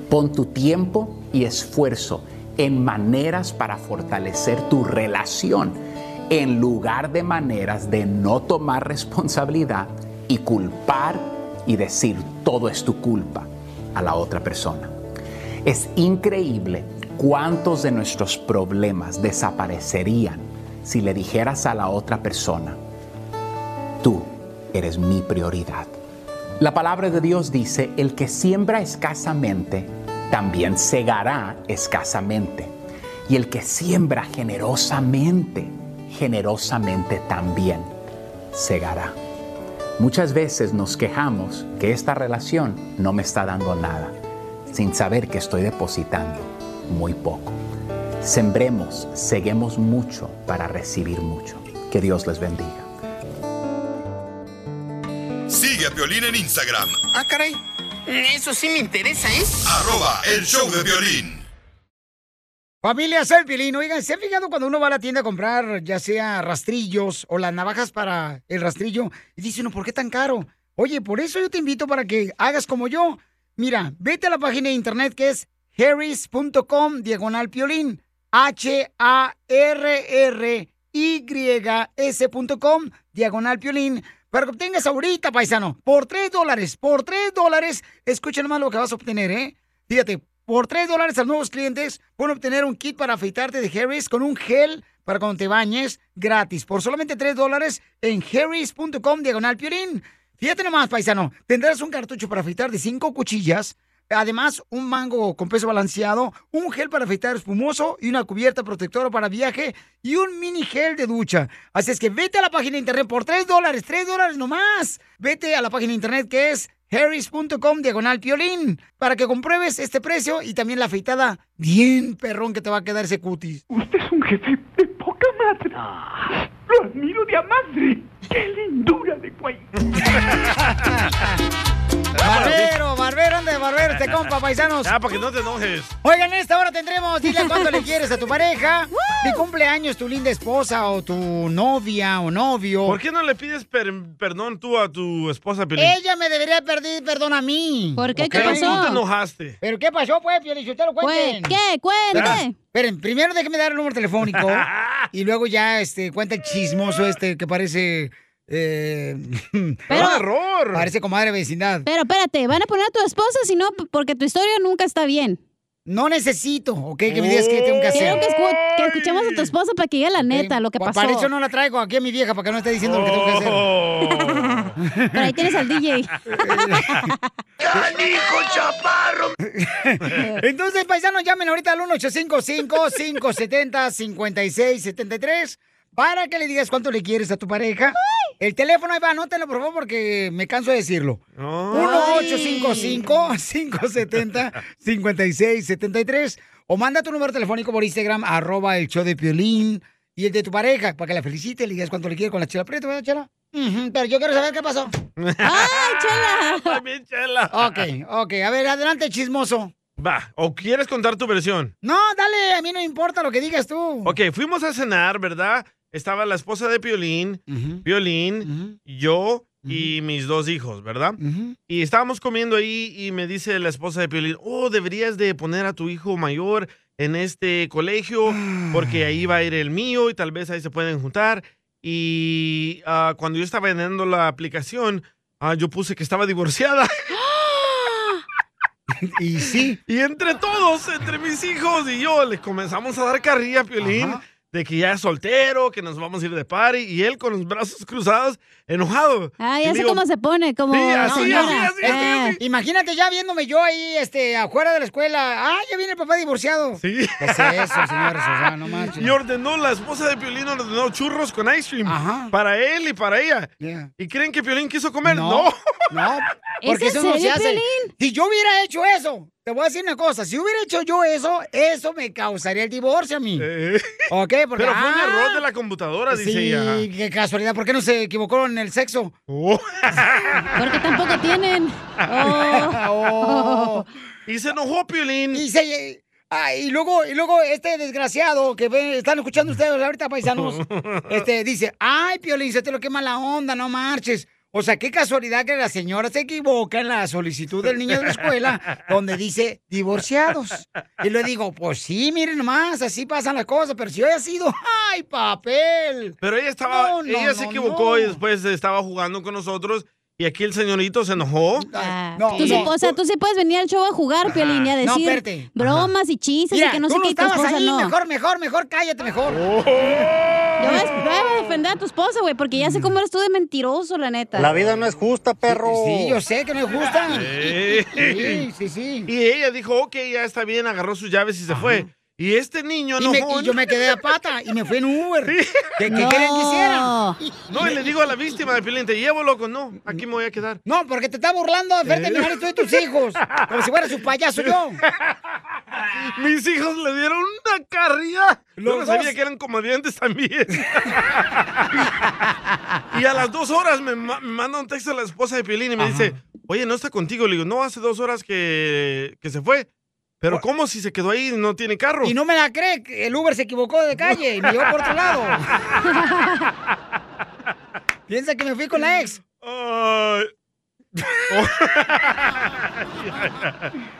[SPEAKER 33] Pon tu tiempo y esfuerzo en maneras para fortalecer tu relación en lugar de maneras de no tomar responsabilidad y culpar y decir todo es tu culpa a la otra persona. Es increíble cuántos de nuestros problemas desaparecerían si le dijeras a la otra persona, tú eres mi prioridad. La palabra de Dios dice, el que siembra escasamente, también segará escasamente. Y el que siembra generosamente, generosamente también segará. Muchas veces nos quejamos que esta relación no me está dando nada, sin saber que estoy depositando muy poco. Sembremos, seguemos mucho para recibir mucho. Que Dios les bendiga.
[SPEAKER 5] Sigue a Piolín en Instagram,
[SPEAKER 23] Ah, caray. Eso sí me interesa, ¿eh?
[SPEAKER 5] arroba el show de violín.
[SPEAKER 2] Familia, soy el Piolín. Oigan, ¿se han fijado cuando uno va a la tienda a comprar ya sea rastrillos o las navajas para el rastrillo? Y dice uno, ¿por qué tan caro? Oye, por eso yo te invito para que hagas como yo. Mira, vete a la página de internet que es harris.com diagonal piolín. H-A-R-R-Y-S.com diagonal piolín. Para que obtengas ahorita, paisano, por 3 dólares, por 3 dólares, escucha nomás lo que vas a obtener, ¿eh? Fíjate, por 3 dólares a nuevos clientes pueden obtener un kit para afeitarte de Harris con un gel para cuando te bañes gratis. Por solamente 3 dólares en harris.com diagonal piolín. Fíjate nomás, paisano, tendrás un cartucho para afeitar de 5 cuchillas. Además, un mango con peso balanceado, un gel para afeitar espumoso y una cubierta protectora para viaje y un mini gel de ducha. Así es que vete a la página de internet por 3 dólares, 3 dólares nomás. Vete a la página de internet que es harris.com diagonal piolín para que compruebes este precio y también la afeitada bien perrón que te va a quedar ese cutis. Usted es un jefe de poca madre. Lo admiro de a madre. ¡Qué lindura de
[SPEAKER 1] [laughs]
[SPEAKER 2] cuello! Barbero, barbero, ande, barbero, este compa, paisanos.
[SPEAKER 1] Ya, para que Ah, no te enojes.
[SPEAKER 2] Oigan, en esta hora tendremos, dile cuánto le quieres a
[SPEAKER 1] [laughs]
[SPEAKER 2] tu pareja. Si cumpleaños tu linda esposa o tu novia o novio.
[SPEAKER 1] ¿Por qué no le pides per- perdón tú a tu esposa, Piolín?
[SPEAKER 3] Eh,
[SPEAKER 2] Ella me debería pedir perdón a mí. ¿Por
[SPEAKER 1] Ok, Tú te enojaste.
[SPEAKER 2] ¿Pero qué pasó, pues, Piolichotero? Cuenten.
[SPEAKER 1] Cue- ¿qué? Cuente.
[SPEAKER 2] Ah, Esperen, primero déjenme dar el
[SPEAKER 3] [laughs]
[SPEAKER 2] número telefónico y luego ya este, cuenta el chismoso este que parece... Eh, [laughs]
[SPEAKER 3] Pero-
[SPEAKER 2] error! Parece comadre vecindad.
[SPEAKER 3] Pero espérate, van a poner a tu esposa, si no, p- porque tu historia nunca está bien.
[SPEAKER 2] No necesito, ¿ok? Que me digas qué tengo que hacer.
[SPEAKER 3] Quiero que, escu- que escuchemos a tu esposa para que diga la neta, lo que
[SPEAKER 2] Pa-
[SPEAKER 3] pasó.
[SPEAKER 2] Para eso Oh, no la traigo aquí a mi vieja, para que no esté diciendo lo que tengo que [laughs] hacer.
[SPEAKER 3] Oh. Pero ahí tienes
[SPEAKER 1] [laughs]
[SPEAKER 3] [laughs] al DJ.
[SPEAKER 2] chaparro! [laughs] Entonces, paisanos, llamen ahorita al 1855-570-5673 para que le digas cuánto le quieres a tu pareja. El teléfono, ahí va, anótenlo, por favor, porque me canso de decirlo. 1-855-570-5673 o manda tu número telefónico por Instagram, arroba el show de Piolín y el de tu pareja, para que la felicite, le digas cuánto le quieres con la chela preta, ¿verdad, chela? Ujú, pero yo quiero saber qué pasó. ¡Ay, chela!
[SPEAKER 1] También chela.
[SPEAKER 2] Ok, ok. A ver, adelante, chismoso.
[SPEAKER 1] Va, ¿o quieres contar tu versión?
[SPEAKER 2] No, dale, a mí no me importa lo que digas tú.
[SPEAKER 1] Ok, fuimos a cenar, ¿verdad? Estaba la esposa de Piolín, Piolín, yo y mis dos hijos, ¿verdad? Y estábamos comiendo ahí y me dice la esposa de Piolín, oh, deberías de poner a tu hijo mayor en este colegio porque ahí va a ir el mío y tal vez ahí se pueden juntar. Y ah, cuando yo estaba llenando la aplicación, ah, yo puse que estaba divorciada.
[SPEAKER 2] Y sí.
[SPEAKER 1] Y entre todos, entre mis hijos y yo, le comenzamos a dar carrilla a Piolín de que ya es soltero, que nos vamos a ir de party. Y él con los brazos cruzados, enojado.
[SPEAKER 3] Ah,
[SPEAKER 1] Y
[SPEAKER 3] ya
[SPEAKER 1] le
[SPEAKER 3] sé
[SPEAKER 1] digo,
[SPEAKER 3] cómo se pone, como...
[SPEAKER 1] Sí, así,
[SPEAKER 3] señora.
[SPEAKER 1] así, así, así,
[SPEAKER 3] Eh,
[SPEAKER 2] Imagínate ya viéndome yo ahí, este, afuera de la escuela. Ah, ya viene el papá divorciado. Pues
[SPEAKER 1] Sí.
[SPEAKER 2] ¿Qué es eso, señores? O sea, no manches.
[SPEAKER 1] Y ordenó, la esposa de Piolín ordenó churros con ice cream para él y para ella. ¿Y creen que Piolín quiso comer? No.
[SPEAKER 2] No,
[SPEAKER 13] ¿Es
[SPEAKER 2] porque
[SPEAKER 13] en
[SPEAKER 2] eso no se
[SPEAKER 13] serio,
[SPEAKER 2] hace.
[SPEAKER 13] Piolín?
[SPEAKER 2] Si yo hubiera hecho eso, te voy a decir una cosa, si hubiera hecho yo eso, eso me causaría el divorcio a mí. [laughs] ¿Ok? Porque,
[SPEAKER 1] Eh. Pero fue un
[SPEAKER 2] ah,
[SPEAKER 1] error de la computadora, dice
[SPEAKER 2] sí,
[SPEAKER 1] ella. Oh.
[SPEAKER 2] qué casualidad, ¿por qué no se equivocó en el sexo?
[SPEAKER 3] Porque tampoco
[SPEAKER 1] [laughs]
[SPEAKER 3] tienen.
[SPEAKER 2] Oh.
[SPEAKER 1] Y se enojó Piolín.
[SPEAKER 2] Y, se- ah, y luego, y luego este desgraciado que ven- están escuchando ustedes
[SPEAKER 1] [laughs]
[SPEAKER 2] ahorita, paisanos, este, dice, ay, Piolín, se te lo quema la onda, no marches. O sea, qué casualidad que la señora se equivoca en la solicitud del niño de la escuela, donde dice divorciados. Y le digo, pues sí, miren nomás, así pasan las cosas, pero si hubiera sido, [laughs] ¡ay, papel!
[SPEAKER 1] Pero ella estaba,
[SPEAKER 2] No, no,
[SPEAKER 1] ella se
[SPEAKER 2] no,
[SPEAKER 1] equivocó y
[SPEAKER 2] no.
[SPEAKER 1] después estaba jugando con nosotros y aquí el señorito se enojó.
[SPEAKER 2] Ah,
[SPEAKER 3] tú sí, o sea, tú sí puedes venir al show a jugar, Piolín, y a
[SPEAKER 1] No,
[SPEAKER 3] decir
[SPEAKER 1] espérate.
[SPEAKER 3] bromas y chistes y
[SPEAKER 2] Mira,
[SPEAKER 3] que no
[SPEAKER 2] tú
[SPEAKER 3] sé
[SPEAKER 2] no
[SPEAKER 3] qué y tu
[SPEAKER 2] estabas
[SPEAKER 3] esposa
[SPEAKER 2] ahí,
[SPEAKER 3] no.
[SPEAKER 2] mejor, mejor, mejor, cállate, mejor.
[SPEAKER 3] Yo voy a- voy a defender a tu esposa, güey, porque
[SPEAKER 2] Mm.
[SPEAKER 3] ya sé cómo eres tú de mentiroso, la neta.
[SPEAKER 2] no es justa, perro. Sí, yo sé que no es justa. Sí, sí, sí.
[SPEAKER 1] Y ella dijo, ok, ya está bien, agarró sus llaves y se fue. Y este niño
[SPEAKER 2] Y, me-
[SPEAKER 1] enojón-
[SPEAKER 2] y yo me quedé a pata y me fui en Uber. ¿Qué, qué
[SPEAKER 1] No.
[SPEAKER 2] quieren que hiciera?
[SPEAKER 1] No, y le digo a la víctima de Pilín, te llevo, loco, no, aquí me voy a quedar.
[SPEAKER 2] No, porque te está burlando de frente de mi marido y tus hijos. Como si fuera su payaso yo.
[SPEAKER 1] Mis hijos le dieron una carrilla. Yo no
[SPEAKER 2] Los
[SPEAKER 1] sabía
[SPEAKER 2] dos.
[SPEAKER 1] que eran comediantes también. [laughs] y a las dos horas me, ma- me manda un texto a la esposa de Pilín y me dice, oye, no está contigo. Le digo, no, hace dos horas que, que se fue. Pero ¿cómo si se quedó ahí y no tiene carro?
[SPEAKER 2] Y no me la cree, que el Uber se equivocó de calle y me llevó por
[SPEAKER 1] [laughs]
[SPEAKER 2] otro lado. Piensa que me fui con la ex.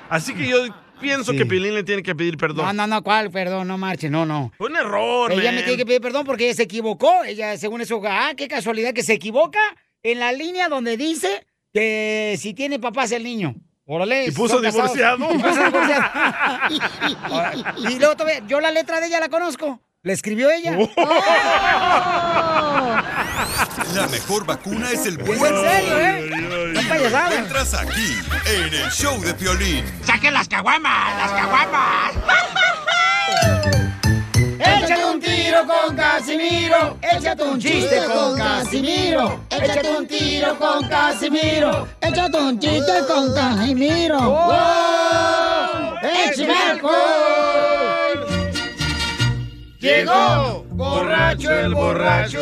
[SPEAKER 1] Así que yo pienso que Pilín le tiene que pedir perdón.
[SPEAKER 2] No, no, no, ¿cuál? Perdón, no marche, no, no.
[SPEAKER 1] Fue un error,
[SPEAKER 2] Ella me
[SPEAKER 1] man.
[SPEAKER 2] tiene que pedir perdón porque ella se equivocó. Ella, según eso, ah, qué casualidad que se equivoca en la línea donde dice que si tiene papás el niño. Órale.
[SPEAKER 1] Y puso
[SPEAKER 2] son casados.
[SPEAKER 1] divorciado.
[SPEAKER 2] Y puso
[SPEAKER 1] [laughs]
[SPEAKER 2] divorciado. [laughs] Ahora, y luego todavía, yo la letra de ella la conozco. La escribió ella.
[SPEAKER 1] Oh.
[SPEAKER 5] [laughs] La mejor vacuna es el buen
[SPEAKER 2] en serio, ¿eh?
[SPEAKER 5] humor.
[SPEAKER 2] Son payasadas.
[SPEAKER 5] Entras aquí, en el show de Piolín.
[SPEAKER 23] ¡Saquen las caguamas! ¡Las caguamas!
[SPEAKER 13] Échate un tiro con Casimiro. Échate un chiste con Casimiro. Échate un tiro con
[SPEAKER 3] [laughs]
[SPEAKER 13] Casimiro. [laughs] Échate un chiste con Casimiro. ¡Wow! ¡Échame alcohol!
[SPEAKER 1] Llegó borracho el borracho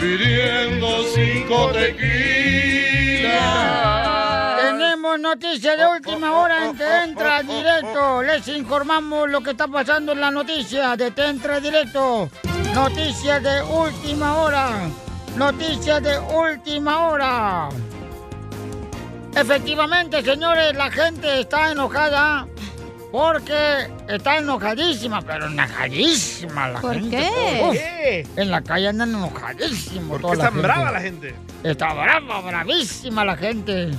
[SPEAKER 32] pidiendo cinco tequilas.
[SPEAKER 2] Tenemos noticia
[SPEAKER 1] Oh,
[SPEAKER 2] de última hora en Te Entra Directo. Les informamos lo que está pasando en la noticia de Te Entra Directo. Noticia de última hora. Noticia de última hora. Efectivamente, señores, la gente está enojada porque está enojadísima, pero enojadísima la
[SPEAKER 13] ¿Por
[SPEAKER 2] gente.
[SPEAKER 13] qué?
[SPEAKER 2] Uf, en la calle andan enojadísimos.
[SPEAKER 1] ¿Por
[SPEAKER 2] toda
[SPEAKER 1] qué tan
[SPEAKER 2] gente.
[SPEAKER 1] brava la gente?
[SPEAKER 2] Está brava, bravísima la gente.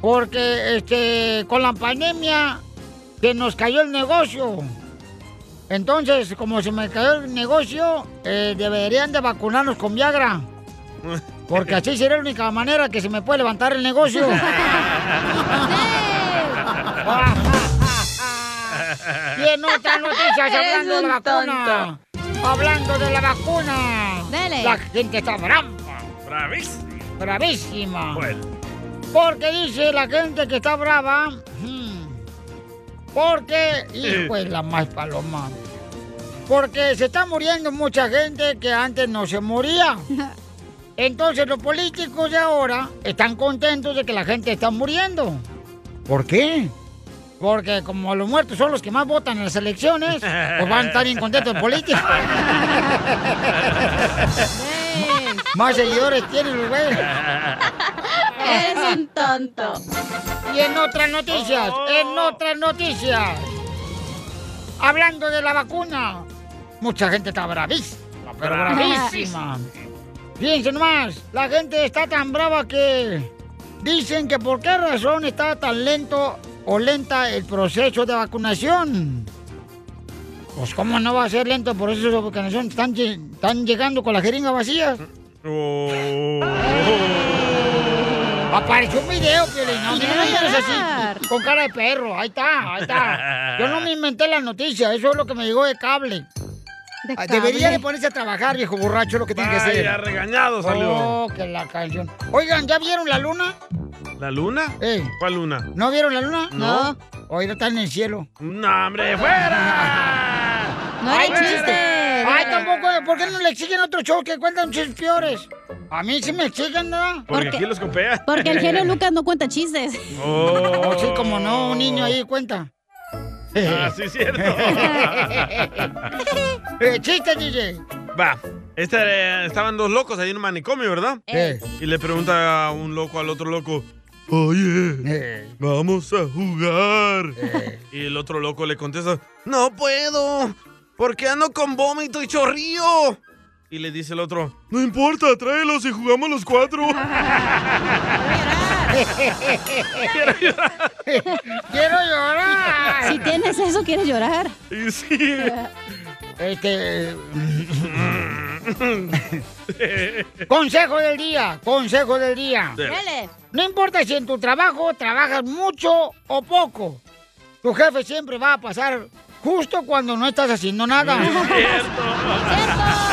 [SPEAKER 2] Porque este, con la pandemia se nos cayó el negocio. Entonces, como se me cayó el negocio, eh, deberían de vacunarnos con Viagra. Porque así sería la única manera que se me puede levantar
[SPEAKER 13] [laughs]
[SPEAKER 2] el negocio. Y en otras noticias,
[SPEAKER 13] Eres
[SPEAKER 2] hablando de
[SPEAKER 13] un
[SPEAKER 2] la vacuna. Hablando de la vacuna.
[SPEAKER 13] Dele.
[SPEAKER 2] La gente está brava,
[SPEAKER 1] Bravísimo.
[SPEAKER 2] bravísima. Porque dice la gente que está brava. mm, Porque, hijo de la más paloma. Porque se está muriendo mucha gente que antes no se moría. Entonces los políticos de ahora están contentos de que la gente está muriendo. ¿Por qué? Porque como los muertos son los que más votan en las elecciones, pues van a estar bien contentos los políticos. más seguidores tienen los güeyes.
[SPEAKER 13] Eres un
[SPEAKER 2] tonto. Y en otras noticias, en otras noticias. Hablando de la vacuna, mucha gente está bravísima, pero bravísima. Fíjense nomás, la gente está tan brava que dicen que por qué razón está tan lento o lenta el proceso de vacunación. Pues cómo no va a ser lento el proceso de vacunación, están, lle- están llegando con la jeringa vacía. [laughs] Apareció un video, Piolín. No, mira, no me mires así. Con cara de perro. Ahí está, ahí está. Yo no me inventé la noticia. Eso es lo que me llegó de cable. Ah, Debería de ponerse a trabajar, viejo borracho, lo que tiene que
[SPEAKER 1] Vaya,
[SPEAKER 2] hacer.
[SPEAKER 1] regañado salió.
[SPEAKER 2] Oh, que la canción. Oigan, ¿ya vieron la luna?
[SPEAKER 1] ¿La luna? ¿Cuál luna?
[SPEAKER 2] ¿No vieron la luna?
[SPEAKER 1] No.
[SPEAKER 2] Hoy no está en el cielo.
[SPEAKER 1] ¡No, hombre, [laughs] fuera!
[SPEAKER 2] No hay
[SPEAKER 1] ¡Fuera!
[SPEAKER 2] chiste. Ay, tampoco, ¿por qué no le exigen otro show que cuentan chistes peores? A mí sí me exigen, ¿no?
[SPEAKER 1] Porque aquí los copea.
[SPEAKER 3] Porque el
[SPEAKER 1] [laughs]
[SPEAKER 3] genio Lucas no cuenta chistes.
[SPEAKER 1] Oh.
[SPEAKER 2] Oh, sí, como no, un niño ahí cuenta.
[SPEAKER 1] Ah, Oh. sí, es cierto.
[SPEAKER 2] [laughs] Eh, chiste, DJ.
[SPEAKER 1] Va. Este, eh, estaban dos locos ahí en un manicomio, ¿verdad?
[SPEAKER 2] Eh.
[SPEAKER 1] Y le pregunta a un loco al otro loco, oye,
[SPEAKER 2] Eh.
[SPEAKER 1] vamos a jugar. Y el otro loco le contesta, no pues. puedo, porque ando con vómito y chorrío. Y le dice el otro, no importa, tráelos y jugamos los cuatro. [laughs]
[SPEAKER 2] Quiero llorar.
[SPEAKER 3] Si tienes eso, quieres llorar.
[SPEAKER 1] Y sí.
[SPEAKER 2] Este. eh, Consejo del día, consejo del día.
[SPEAKER 13] Dele.
[SPEAKER 2] No importa si en tu trabajo trabajas mucho o poco, tu jefe siempre va a pasar justo cuando no estás haciendo nada.
[SPEAKER 3] [laughs]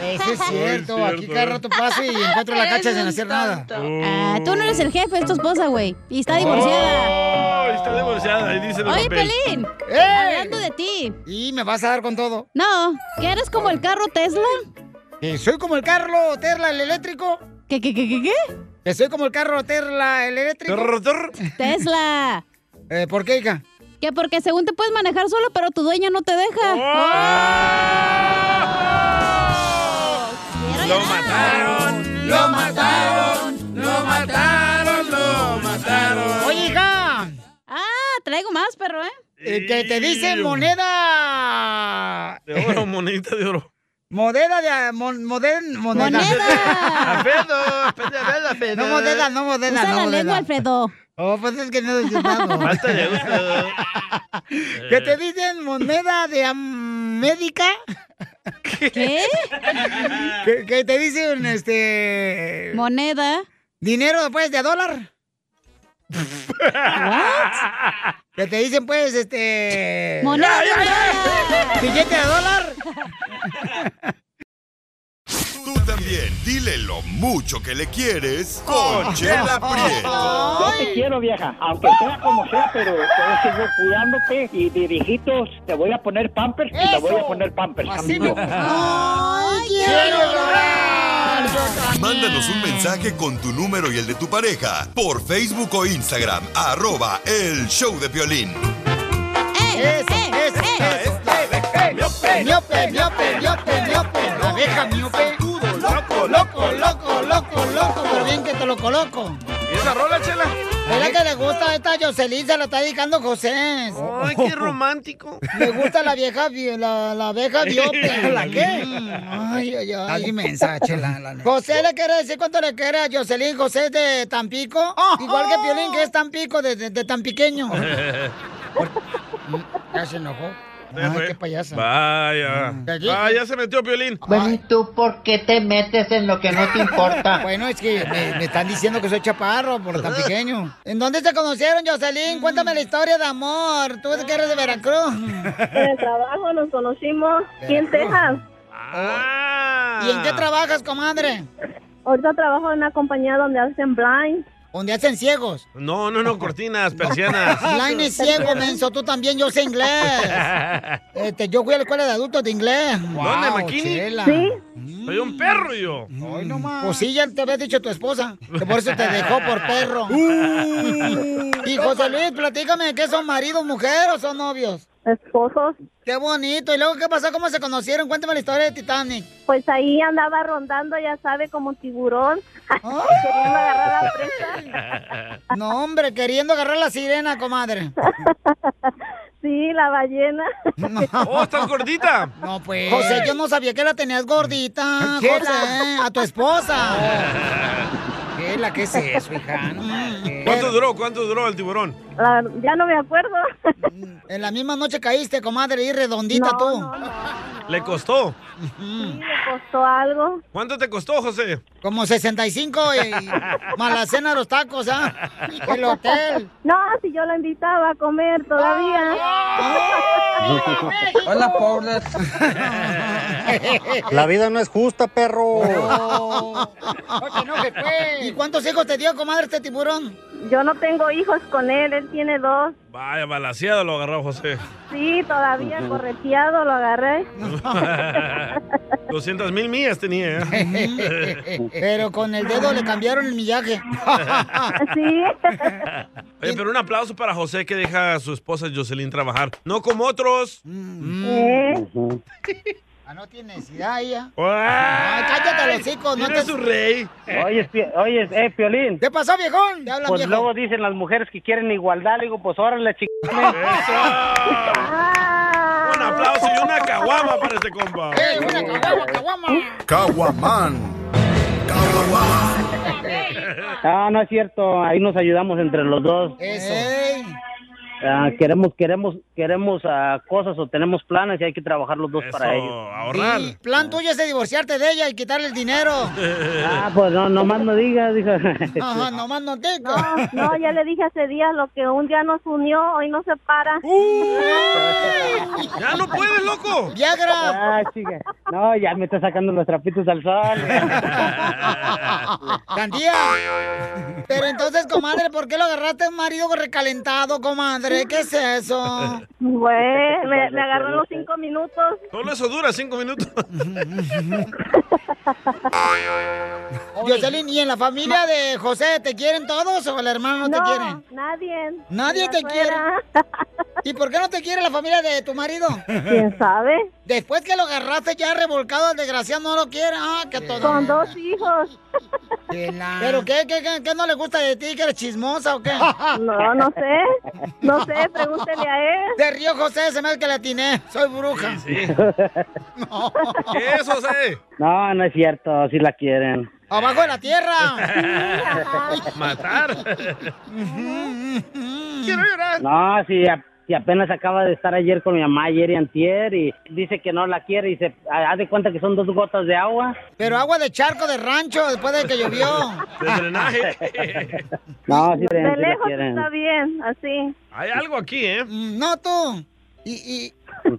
[SPEAKER 2] Eso es cierto,
[SPEAKER 13] Muy
[SPEAKER 2] aquí
[SPEAKER 13] cierto,
[SPEAKER 2] cada
[SPEAKER 13] ¿eh?
[SPEAKER 2] rato pasa y encuentro
[SPEAKER 3] [laughs]
[SPEAKER 2] la cacha sin hacer nada.
[SPEAKER 3] Ah, tú no eres el jefe, es tu esposa, güey. Y está divorciada.
[SPEAKER 1] Oh, está divorciada, ahí dice en el
[SPEAKER 3] Oye,
[SPEAKER 1] papel.
[SPEAKER 3] Pelín,
[SPEAKER 2] ¡Eh!
[SPEAKER 3] hablando de ti.
[SPEAKER 2] ¿Y me vas a dar con todo?
[SPEAKER 3] No, ¿que eres como el carro Tesla?
[SPEAKER 2] ¿Que soy como el carro Tesla, el eléctrico?
[SPEAKER 3] ¿Qué, qué, qué, qué, qué?
[SPEAKER 2] Que soy como el carro Tesla, el eléctrico.
[SPEAKER 1] Terror, terror.
[SPEAKER 3] Tesla.
[SPEAKER 2] Eh, ¿Por qué, hija?
[SPEAKER 3] Que porque según te puedes manejar solo, pero tu dueño no te deja. Oh.
[SPEAKER 1] Lo mataron, lo mataron, lo mataron, lo mataron.
[SPEAKER 2] Oye, hija.
[SPEAKER 3] Ah, traigo más, perro, ¿eh?
[SPEAKER 2] Eh, que te dicen moneda.
[SPEAKER 1] Ah, De
[SPEAKER 2] [laughs]
[SPEAKER 1] oro, monedita de oro.
[SPEAKER 2] Moneda de. mon- moden- moneda. [laughs] No moneda, no moneda.
[SPEAKER 3] Usa
[SPEAKER 2] no
[SPEAKER 3] la
[SPEAKER 2] moneda.
[SPEAKER 3] lengua, Alfredo.
[SPEAKER 2] Oh, pues es que no he llegado. Que te dicen moneda de am- médica.
[SPEAKER 3] ¿Qué?
[SPEAKER 2] que, que te dicen este.
[SPEAKER 3] Moneda.
[SPEAKER 2] Dinero, pues, de a dólar. Que te dicen, pues, este.
[SPEAKER 13] Moneda
[SPEAKER 2] ¡Ya, ya, ya! Billete de dólar.
[SPEAKER 5] Tú también, dile lo mucho que le quieres con Chela Prieto.
[SPEAKER 12] Yo te quiero, vieja, aunque sea como sea, pero yo sigo cuidándote y de viejitos te voy a poner pampers y te
[SPEAKER 5] Eso.
[SPEAKER 12] voy a poner pampers, amigo.
[SPEAKER 13] ¡Ay,
[SPEAKER 12] quiero
[SPEAKER 13] llorar!
[SPEAKER 5] Mándanos un mensaje con tu número y el de tu pareja por Facebook o Instagram, arroba el show de violín.
[SPEAKER 1] Eh,
[SPEAKER 2] Eso, eso, eso. Miope, miope, miope, miope, miope.
[SPEAKER 1] [laughs]
[SPEAKER 2] La vieja miope. Loco, loco, loco, loco, loco. Pero bien que te lo coloco.
[SPEAKER 1] ¿Y esa rola, chela?
[SPEAKER 2] Es la que le gusta a esta Jocelyn, se la está dedicando José. Ay,
[SPEAKER 1] qué
[SPEAKER 2] [laughs]
[SPEAKER 1] romántico.
[SPEAKER 2] Me gusta la vieja, vi- la, la vieja miope.
[SPEAKER 13] ¿La qué?
[SPEAKER 2] Mm, Ay, ay, ay.
[SPEAKER 13] Estás inmensa, chela, la neta.
[SPEAKER 2] José le quiere decir cuánto le quiere a Jocelyn José es de Tampico. Igual que Piolín, que es Tampico, de, de, de Tampiqueño. Ya se enojó. Ay, qué payasa. Mm.
[SPEAKER 1] Vaya. Ah, ya se metió Piolín.
[SPEAKER 2] [laughs] Bueno, ¿y tú por qué te metes en lo que no te importa? [laughs] bueno, es que me, me están diciendo que soy chaparro por tan pequeño.
[SPEAKER 3] [laughs]
[SPEAKER 2] ¿En dónde se conocieron, Jocelyn? Cuéntame la historia de amor. Tú que eres de Veracruz.
[SPEAKER 8] [laughs] En el trabajo nos conocimos aquí en Texas.
[SPEAKER 1] Ah.
[SPEAKER 2] ¿Y en qué trabajas, comadre?
[SPEAKER 8] Ahorita trabajo en una compañía donde hacen blind.
[SPEAKER 2] ¿Dónde hacen ciegos?
[SPEAKER 31] [laughs]
[SPEAKER 1] No, no, no, cortinas, persianas.
[SPEAKER 2] [laughs] Line es ciego, menso. Tú también, yo sé inglés.
[SPEAKER 1] [laughs]
[SPEAKER 2] Este, yo fui a la escuela de adultos de inglés.
[SPEAKER 1] ¿Dónde,
[SPEAKER 2] Wow,
[SPEAKER 1] Maquini?
[SPEAKER 2] chela.
[SPEAKER 1] Soy un perro yo. Mm.
[SPEAKER 2] Hoy nomás. Pues sí, ya te había dicho tu esposa, que por eso te dejó
[SPEAKER 1] [laughs]
[SPEAKER 2] por perro.
[SPEAKER 1] Uh.
[SPEAKER 2] y José Luis, platícame, ¿qué son maridos, mujeres o son novios?
[SPEAKER 8] Esposos.
[SPEAKER 2] Qué bonito. ¿Y luego qué pasó? ¿Cómo se conocieron? Cuéntame la historia de Titanic.
[SPEAKER 8] Pues ahí andaba rondando, ya sabe, como tiburón. [laughs] Queriendo agarrar a
[SPEAKER 2] No, hombre, queriendo agarrar la sirena, comadre.
[SPEAKER 8] Sí, la ballena.
[SPEAKER 1] [laughs] Oh, estás gordita.
[SPEAKER 2] No, pues. José, yo no sabía que la tenías gordita,
[SPEAKER 8] Chela.
[SPEAKER 2] José, a tu esposa. Chela, [laughs] ¿qué es eso, hija? No,
[SPEAKER 1] Mm. ¿Cuánto duró? ¿Cuánto duró el tiburón?
[SPEAKER 2] La- ya no me acuerdo. Mm, En la misma noche caíste, comadre, y redondita tú.
[SPEAKER 1] Le costó. [laughs]
[SPEAKER 31] Sí, me costó algo.
[SPEAKER 1] ¿Cuánto te costó, José?
[SPEAKER 2] Como 65 y más la cena de los tacos, ¿ah? El hotel.
[SPEAKER 31] No, si yo la invitaba a comer todavía.
[SPEAKER 34] Hola,
[SPEAKER 2] [laughs]
[SPEAKER 34] pobres. La vida no es
[SPEAKER 13] [laughs]
[SPEAKER 34] justa, perro.
[SPEAKER 2] ¿Y cuántos hijos te dio, comadre, este tiburón?
[SPEAKER 31] Yo no tengo hijos con él, él tiene dos.
[SPEAKER 1] Vaya, balaseado lo agarró José. [laughs]
[SPEAKER 31] Sí, todavía correteado lo agarré.
[SPEAKER 1] 200 mil millas tenía. ¿eh?
[SPEAKER 2] [laughs] Pero con el dedo le cambiaron el millaje.
[SPEAKER 31] Sí.
[SPEAKER 1] Oye, pero un aplauso para José que deja a su esposa Jocelyn trabajar. No como otros.
[SPEAKER 2] Mm.
[SPEAKER 1] Mm.
[SPEAKER 2] Ah, no tiene necesidad ella.
[SPEAKER 1] Ay,
[SPEAKER 2] cállate los hocico, no te...
[SPEAKER 34] Oye, pi- oye, eh, Piolín.
[SPEAKER 2] ¿Qué pasó, viejón? Te hablan,
[SPEAKER 34] Pues
[SPEAKER 2] viejo.
[SPEAKER 34] luego dicen las mujeres que quieren igualdad. Le digo, pues órale, chingada.
[SPEAKER 1] Un aplauso y una caguama para este compa.
[SPEAKER 2] ¡Eh, una caguama, caguama!
[SPEAKER 34] Caguamán. Ah, no es cierto. Ahí nos ayudamos entre los dos.
[SPEAKER 2] Eso. [laughs]
[SPEAKER 34] Ah, queremos, queremos, queremos ah, cosas o tenemos planes y hay que trabajar los dos para ello.
[SPEAKER 1] ahorrar.
[SPEAKER 2] El
[SPEAKER 31] Ah.
[SPEAKER 2] plan tuyo es de divorciarte de ella y quitarle
[SPEAKER 31] [laughs]
[SPEAKER 2] el dinero.
[SPEAKER 34] Ah, pues no, nomás no digas, hija.
[SPEAKER 2] Ajá, nomás no te...
[SPEAKER 31] No, ya le dije hace días lo que un día nos unió, hoy nos separa.
[SPEAKER 1] ¡Ya no puedes, loco!
[SPEAKER 34] Ah, chica. No, ya me está sacando los trapitos al sol.
[SPEAKER 2] ¡Candía! Pero entonces, comadre, ¿por qué lo agarraste a un marido recalentado, comadre? ¿Qué es eso?
[SPEAKER 31] Güey, me, me agarró en los cinco minutos.
[SPEAKER 1] Solo eso dura cinco minutos. [laughs]
[SPEAKER 2] Jocelyn, ¿y en la familia de José te quieren todos o el hermano no te quiere?
[SPEAKER 31] nadie.
[SPEAKER 2] Nadie
[SPEAKER 31] Ni
[SPEAKER 2] te quiere.
[SPEAKER 31] afuera. [laughs]
[SPEAKER 2] ¿Y por qué no te quiere la familia de tu marido?
[SPEAKER 31] ¿Quién sabe?
[SPEAKER 2] Después que lo agarraste ya revolcado, el desgraciado no lo quiere. Ah, que todo.
[SPEAKER 31] Con dos hijos.
[SPEAKER 2] ¿Pero qué, qué, qué, qué no le gusta de ti? ¿Que eres chismosa o qué?
[SPEAKER 31] [laughs] No, no sé. No sé, pregúntele a él.
[SPEAKER 2] De Río José, se me hace que le atiné. Soy bruja. [laughs]
[SPEAKER 1] ¿Qué es, José?
[SPEAKER 34] No, no es cierto, si la quieren.
[SPEAKER 2] ¡Abajo de la tierra!
[SPEAKER 1] Matar.
[SPEAKER 2] Quiero llorar.
[SPEAKER 34] No, si, a- si apenas acaba de estar ayer con mi mamá, ayer y antier, y dice que no la quiere y se ha- haz de cuenta que son dos gotas de agua.
[SPEAKER 2] Pero agua de charco de rancho después de que llovió.
[SPEAKER 1] De drenaje.
[SPEAKER 34] No, si,
[SPEAKER 31] De
[SPEAKER 34] la
[SPEAKER 31] lejos
[SPEAKER 34] quieren.
[SPEAKER 31] está bien, así.
[SPEAKER 1] Hay algo aquí, ¿eh?
[SPEAKER 2] No tú. Y, y...
[SPEAKER 3] [laughs]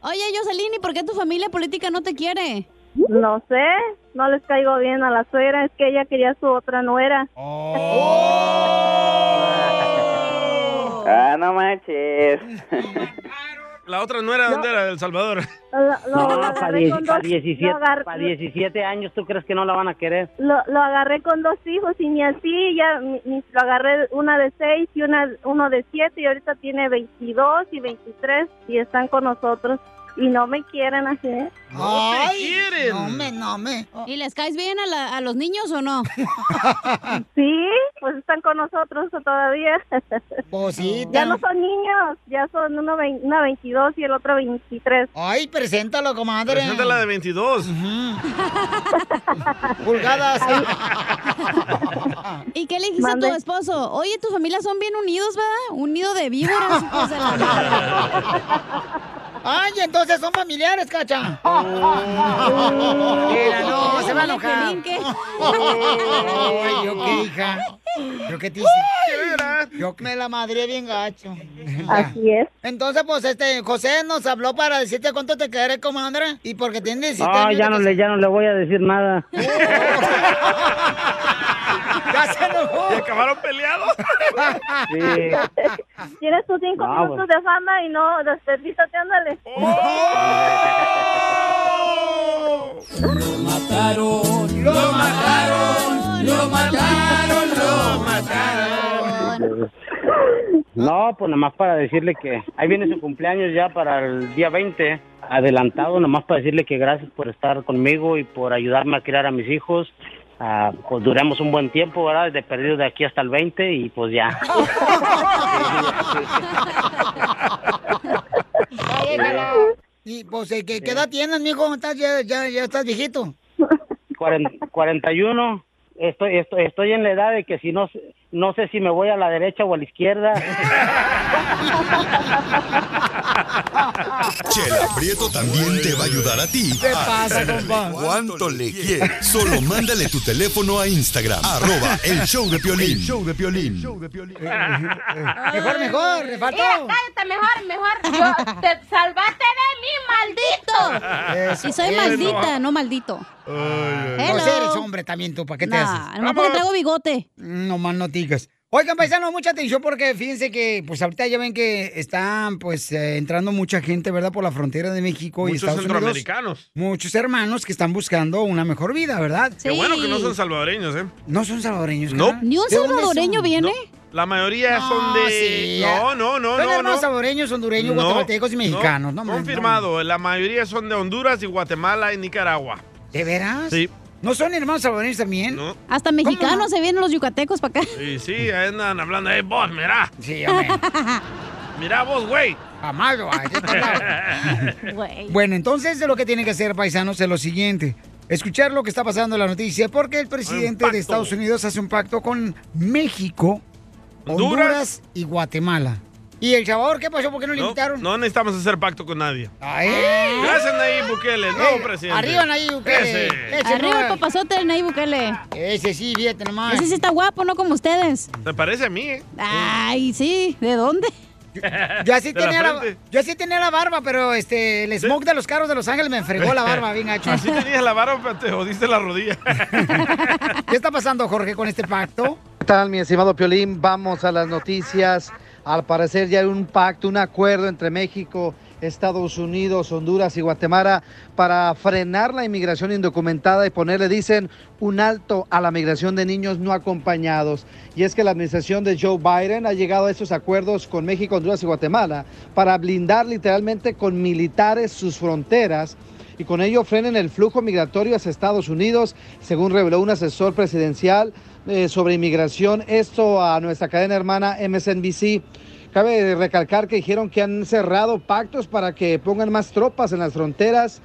[SPEAKER 3] Oye, Jocelyn, ¿y por qué tu familia política no te quiere?
[SPEAKER 31] No sé, no les caigo bien a la suegra, es que ella quería su otra nuera.
[SPEAKER 1] Oh.
[SPEAKER 31] [laughs]
[SPEAKER 12] Ah, no manches.
[SPEAKER 1] La otra no era, ¿dónde era? Del Salvador.
[SPEAKER 34] No,
[SPEAKER 31] lo
[SPEAKER 34] para
[SPEAKER 31] agarré con dos-
[SPEAKER 34] 17,
[SPEAKER 31] lo agar-
[SPEAKER 34] pa' 17 años, ¿tú crees que no la van a querer?
[SPEAKER 31] Lo, lo agarré con dos hijos y ni así, ya ni- ni- lo agarré una de seis y una uno de siete y ahorita tiene 22 y 23 y están con nosotros y no me quieren así.
[SPEAKER 2] No
[SPEAKER 3] te
[SPEAKER 2] quieren. No me, no me.
[SPEAKER 3] ¿Y les caes bien a, la- a los niños o
[SPEAKER 2] [laughs]
[SPEAKER 3] no?
[SPEAKER 31] Sí, pues están con nosotros todavía.
[SPEAKER 2] [laughs] Pues sí,
[SPEAKER 31] ya
[SPEAKER 2] tan-
[SPEAKER 31] no son niños, ya son uno vein- una 22 y el otro 23.
[SPEAKER 2] Ay, preséntalo, comadre.
[SPEAKER 1] Preséntala de 22.
[SPEAKER 2] Pulgadas.
[SPEAKER 3] ¿Y qué le dijiste a tu
[SPEAKER 31] Mande.
[SPEAKER 3] esposo? Oye, tu familia son bien unidos, ¿verdad? Un nido de
[SPEAKER 2] [laughs]
[SPEAKER 3] víboras. hijos de la-
[SPEAKER 2] Ay, entonces son familiares, cacha. [laughs]
[SPEAKER 13] Mira,
[SPEAKER 2] no, se va a enojar. Ay, yo qué hija. Yo qué te hice. Yo me la madré bien gacho.
[SPEAKER 31] Así es.
[SPEAKER 2] Entonces, pues, este, José nos habló para decirte cuánto te quedaré, comadre. Y porque tienes 17
[SPEAKER 34] Ah,
[SPEAKER 2] años
[SPEAKER 34] ya
[SPEAKER 2] de
[SPEAKER 34] no, le, ya no le voy a decir nada.
[SPEAKER 2] [laughs] Ya se enojó.
[SPEAKER 1] acabaron peleados?
[SPEAKER 31] Tienes tus cinco
[SPEAKER 34] No,
[SPEAKER 31] minutos de fama y no, desperdízate, ándale. [laughs]
[SPEAKER 13] mataron, lo mataron, lo mataron, lo mataron.
[SPEAKER 34] No, pues nomás para decirle que ahí viene su cumpleaños ya para el día 20, adelantado, nomás para decirle que gracias por estar conmigo y por ayudarme a criar a mis hijos. Ah, pues duramos un buen tiempo, ¿verdad? De perdido de aquí hasta el 20 y pues ya.
[SPEAKER 2] Ya déjala. Y pues, eh, ¿qué, qué edad tienes, mijo? Estás, ya, ya, ya estás viejito.
[SPEAKER 34] Cuaren- 41, estoy, estoy, estoy en la edad de que si no, no sé si me voy a la derecha o a la izquierda.
[SPEAKER 5] Chela Prieto también te va a ayudar a ti.
[SPEAKER 13] ¿Qué
[SPEAKER 5] a
[SPEAKER 13] pasa,
[SPEAKER 5] decirle
[SPEAKER 13] compa?
[SPEAKER 5] ¿Cuánto le quieres? Solo mándale tu teléfono a [laughs] Instagram. Arroba el show de Piolín. show de Piolín.
[SPEAKER 13] Eh, Mejor, mejor, le faltó.
[SPEAKER 17] Mira, cállate, mejor, mejor. Yo te salvaste de
[SPEAKER 2] [laughs]
[SPEAKER 17] mí, maldito.
[SPEAKER 3] Y soy
[SPEAKER 2] Eso.
[SPEAKER 3] maldita, no maldito. ay.
[SPEAKER 2] No,
[SPEAKER 3] Hello.
[SPEAKER 2] si Pues, eres hombre también tú, ¿para Eh, qué te
[SPEAKER 3] Nah,
[SPEAKER 2] haces?
[SPEAKER 3] nomás porque traigo
[SPEAKER 2] bigote. No más no digas. Oigan, paisanos, mucha atención porque fíjense que pues ahorita ya ven que están pues eh, entrando mucha gente, ¿verdad? Por la frontera de México y
[SPEAKER 1] Muchos
[SPEAKER 2] Estados Unidos.
[SPEAKER 1] centroamericanos.
[SPEAKER 2] Muchos hermanos que están buscando una mejor vida, ¿verdad?
[SPEAKER 1] Qué bueno que no son salvadoreños, ¿eh?
[SPEAKER 2] No son salvadoreños.
[SPEAKER 1] No.
[SPEAKER 2] carnal. ¿De dónde son?
[SPEAKER 1] La mayoría son de.
[SPEAKER 2] sí.
[SPEAKER 1] No, no, no,
[SPEAKER 2] Son
[SPEAKER 1] no.
[SPEAKER 2] hermanos
[SPEAKER 1] no.
[SPEAKER 2] salvadoreños, hondureños,
[SPEAKER 1] No,
[SPEAKER 2] guatemaltecos y
[SPEAKER 1] no.
[SPEAKER 2] mexicanos. No, hombre,
[SPEAKER 1] Confirmado, la mayoría son de Honduras y Guatemala y Nicaragua.
[SPEAKER 2] no. ¿De veras?
[SPEAKER 1] Sí.
[SPEAKER 2] ¿No son hermanos salvadoreños también?
[SPEAKER 1] No.
[SPEAKER 3] Hasta mexicanos se vienen los yucatecos para acá.
[SPEAKER 1] Y sí, ahí andan hablando, eh, vos, mirá.
[SPEAKER 2] Sí,
[SPEAKER 3] [laughs]
[SPEAKER 1] Mirá vos, güey.
[SPEAKER 2] Amado,
[SPEAKER 1] [laughs]
[SPEAKER 13] [laughs]
[SPEAKER 2] Bueno, entonces lo que tienen que hacer, paisanos, es lo siguiente. Escuchar lo que está pasando en la noticia, porque el presidente de Estados Unidos hace un pacto con México, Honduras,
[SPEAKER 1] Honduras
[SPEAKER 2] y Guatemala. ¿Y El Salvador qué pasó? ¿Por qué no le
[SPEAKER 1] No,
[SPEAKER 2] invitaron?
[SPEAKER 1] no necesitamos hacer pacto con nadie.
[SPEAKER 2] Ay.
[SPEAKER 1] Gracias, Nayib Bukele, nuevo
[SPEAKER 2] Eh,
[SPEAKER 1] presidente.
[SPEAKER 2] arriba, Nayib Bukele.
[SPEAKER 1] Ese.
[SPEAKER 2] Ese
[SPEAKER 3] Arriba
[SPEAKER 2] no
[SPEAKER 3] el
[SPEAKER 2] es.
[SPEAKER 3] papazote del Nayib Bukele.
[SPEAKER 2] Eh, Ese sí, fíjate nomás.
[SPEAKER 3] Ese sí está guapo, no como ustedes. Ah,
[SPEAKER 1] Me parece a mí, ¿eh?
[SPEAKER 3] Ay, sí, ¿de dónde?
[SPEAKER 2] Yo
[SPEAKER 1] [laughs]
[SPEAKER 2] así,
[SPEAKER 1] De la
[SPEAKER 2] tenía la,
[SPEAKER 1] frente.
[SPEAKER 2] yo así tenía la barba, pero este, el smoke de los carros de Los Ángeles me fregó la barba, bien gacho.
[SPEAKER 1] Así tenías la barba, pero te jodiste la rodilla.
[SPEAKER 2] ¿Qué está pasando, Jorge, con este pacto?
[SPEAKER 6] ¿Qué tal, mi estimado Piolín? Vamos a las noticias. Al parecer ya hay un pacto, un acuerdo entre México, Estados Unidos, Honduras y Guatemala para frenar la inmigración indocumentada y ponerle, dicen, un alto a la migración de niños no acompañados. Y es que la administración de Joe Biden ha llegado a estos acuerdos con México, Honduras y Guatemala para blindar literalmente con militares sus fronteras y con ello frenen el flujo migratorio hacia Estados Unidos, según reveló un asesor presidencial eh, sobre inmigración. Esto a nuestra cadena hermana MSNBC. Cabe recalcar que dijeron que han cerrado pactos para que pongan más tropas en las fronteras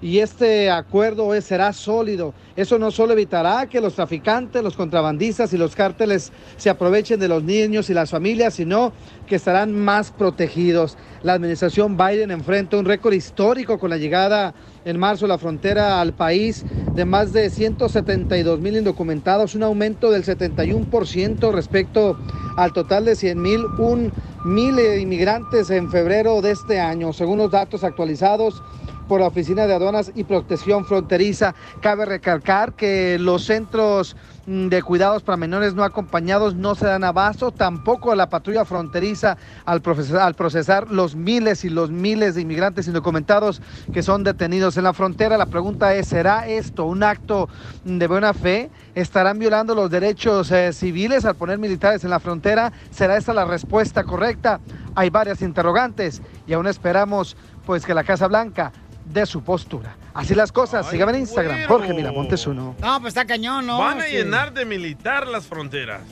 [SPEAKER 6] y este acuerdo es- será sólido. Eso no solo evitará que los traficantes, los contrabandistas y los cárteles se aprovechen de los niños y las familias, sino que estarán más protegidos. La administración Biden enfrenta un récord histórico con la llegada en marzo a la frontera al país de más de 172 mil indocumentados, un aumento del 71% respecto al total de 100 mil, un mil eh, inmigrantes en febrero de este año, según los datos actualizados por la Oficina de Aduanas y Protección Fronteriza. Cabe recalcar que los centros mm, de cuidados para menores no acompañados no se dan abasto, tampoco a la patrulla fronteriza al procesar, al procesar los miles y los miles de inmigrantes indocumentados que son detenidos en la frontera. La pregunta es, ¿será esto un acto mm, de buena fe? ¿Estarán violando los derechos eh, civiles al poner militares en la frontera? ¿Será esta la respuesta correcta? Hay varias interrogantes y aún esperamos pues que la Casa Blanca dé su postura. Así las cosas, síganme en Instagram, Jorge Miramontes uno.
[SPEAKER 2] No, pues está cañón, ¿no?
[SPEAKER 1] Van a
[SPEAKER 2] Sí.
[SPEAKER 1] llenar de militar las fronteras.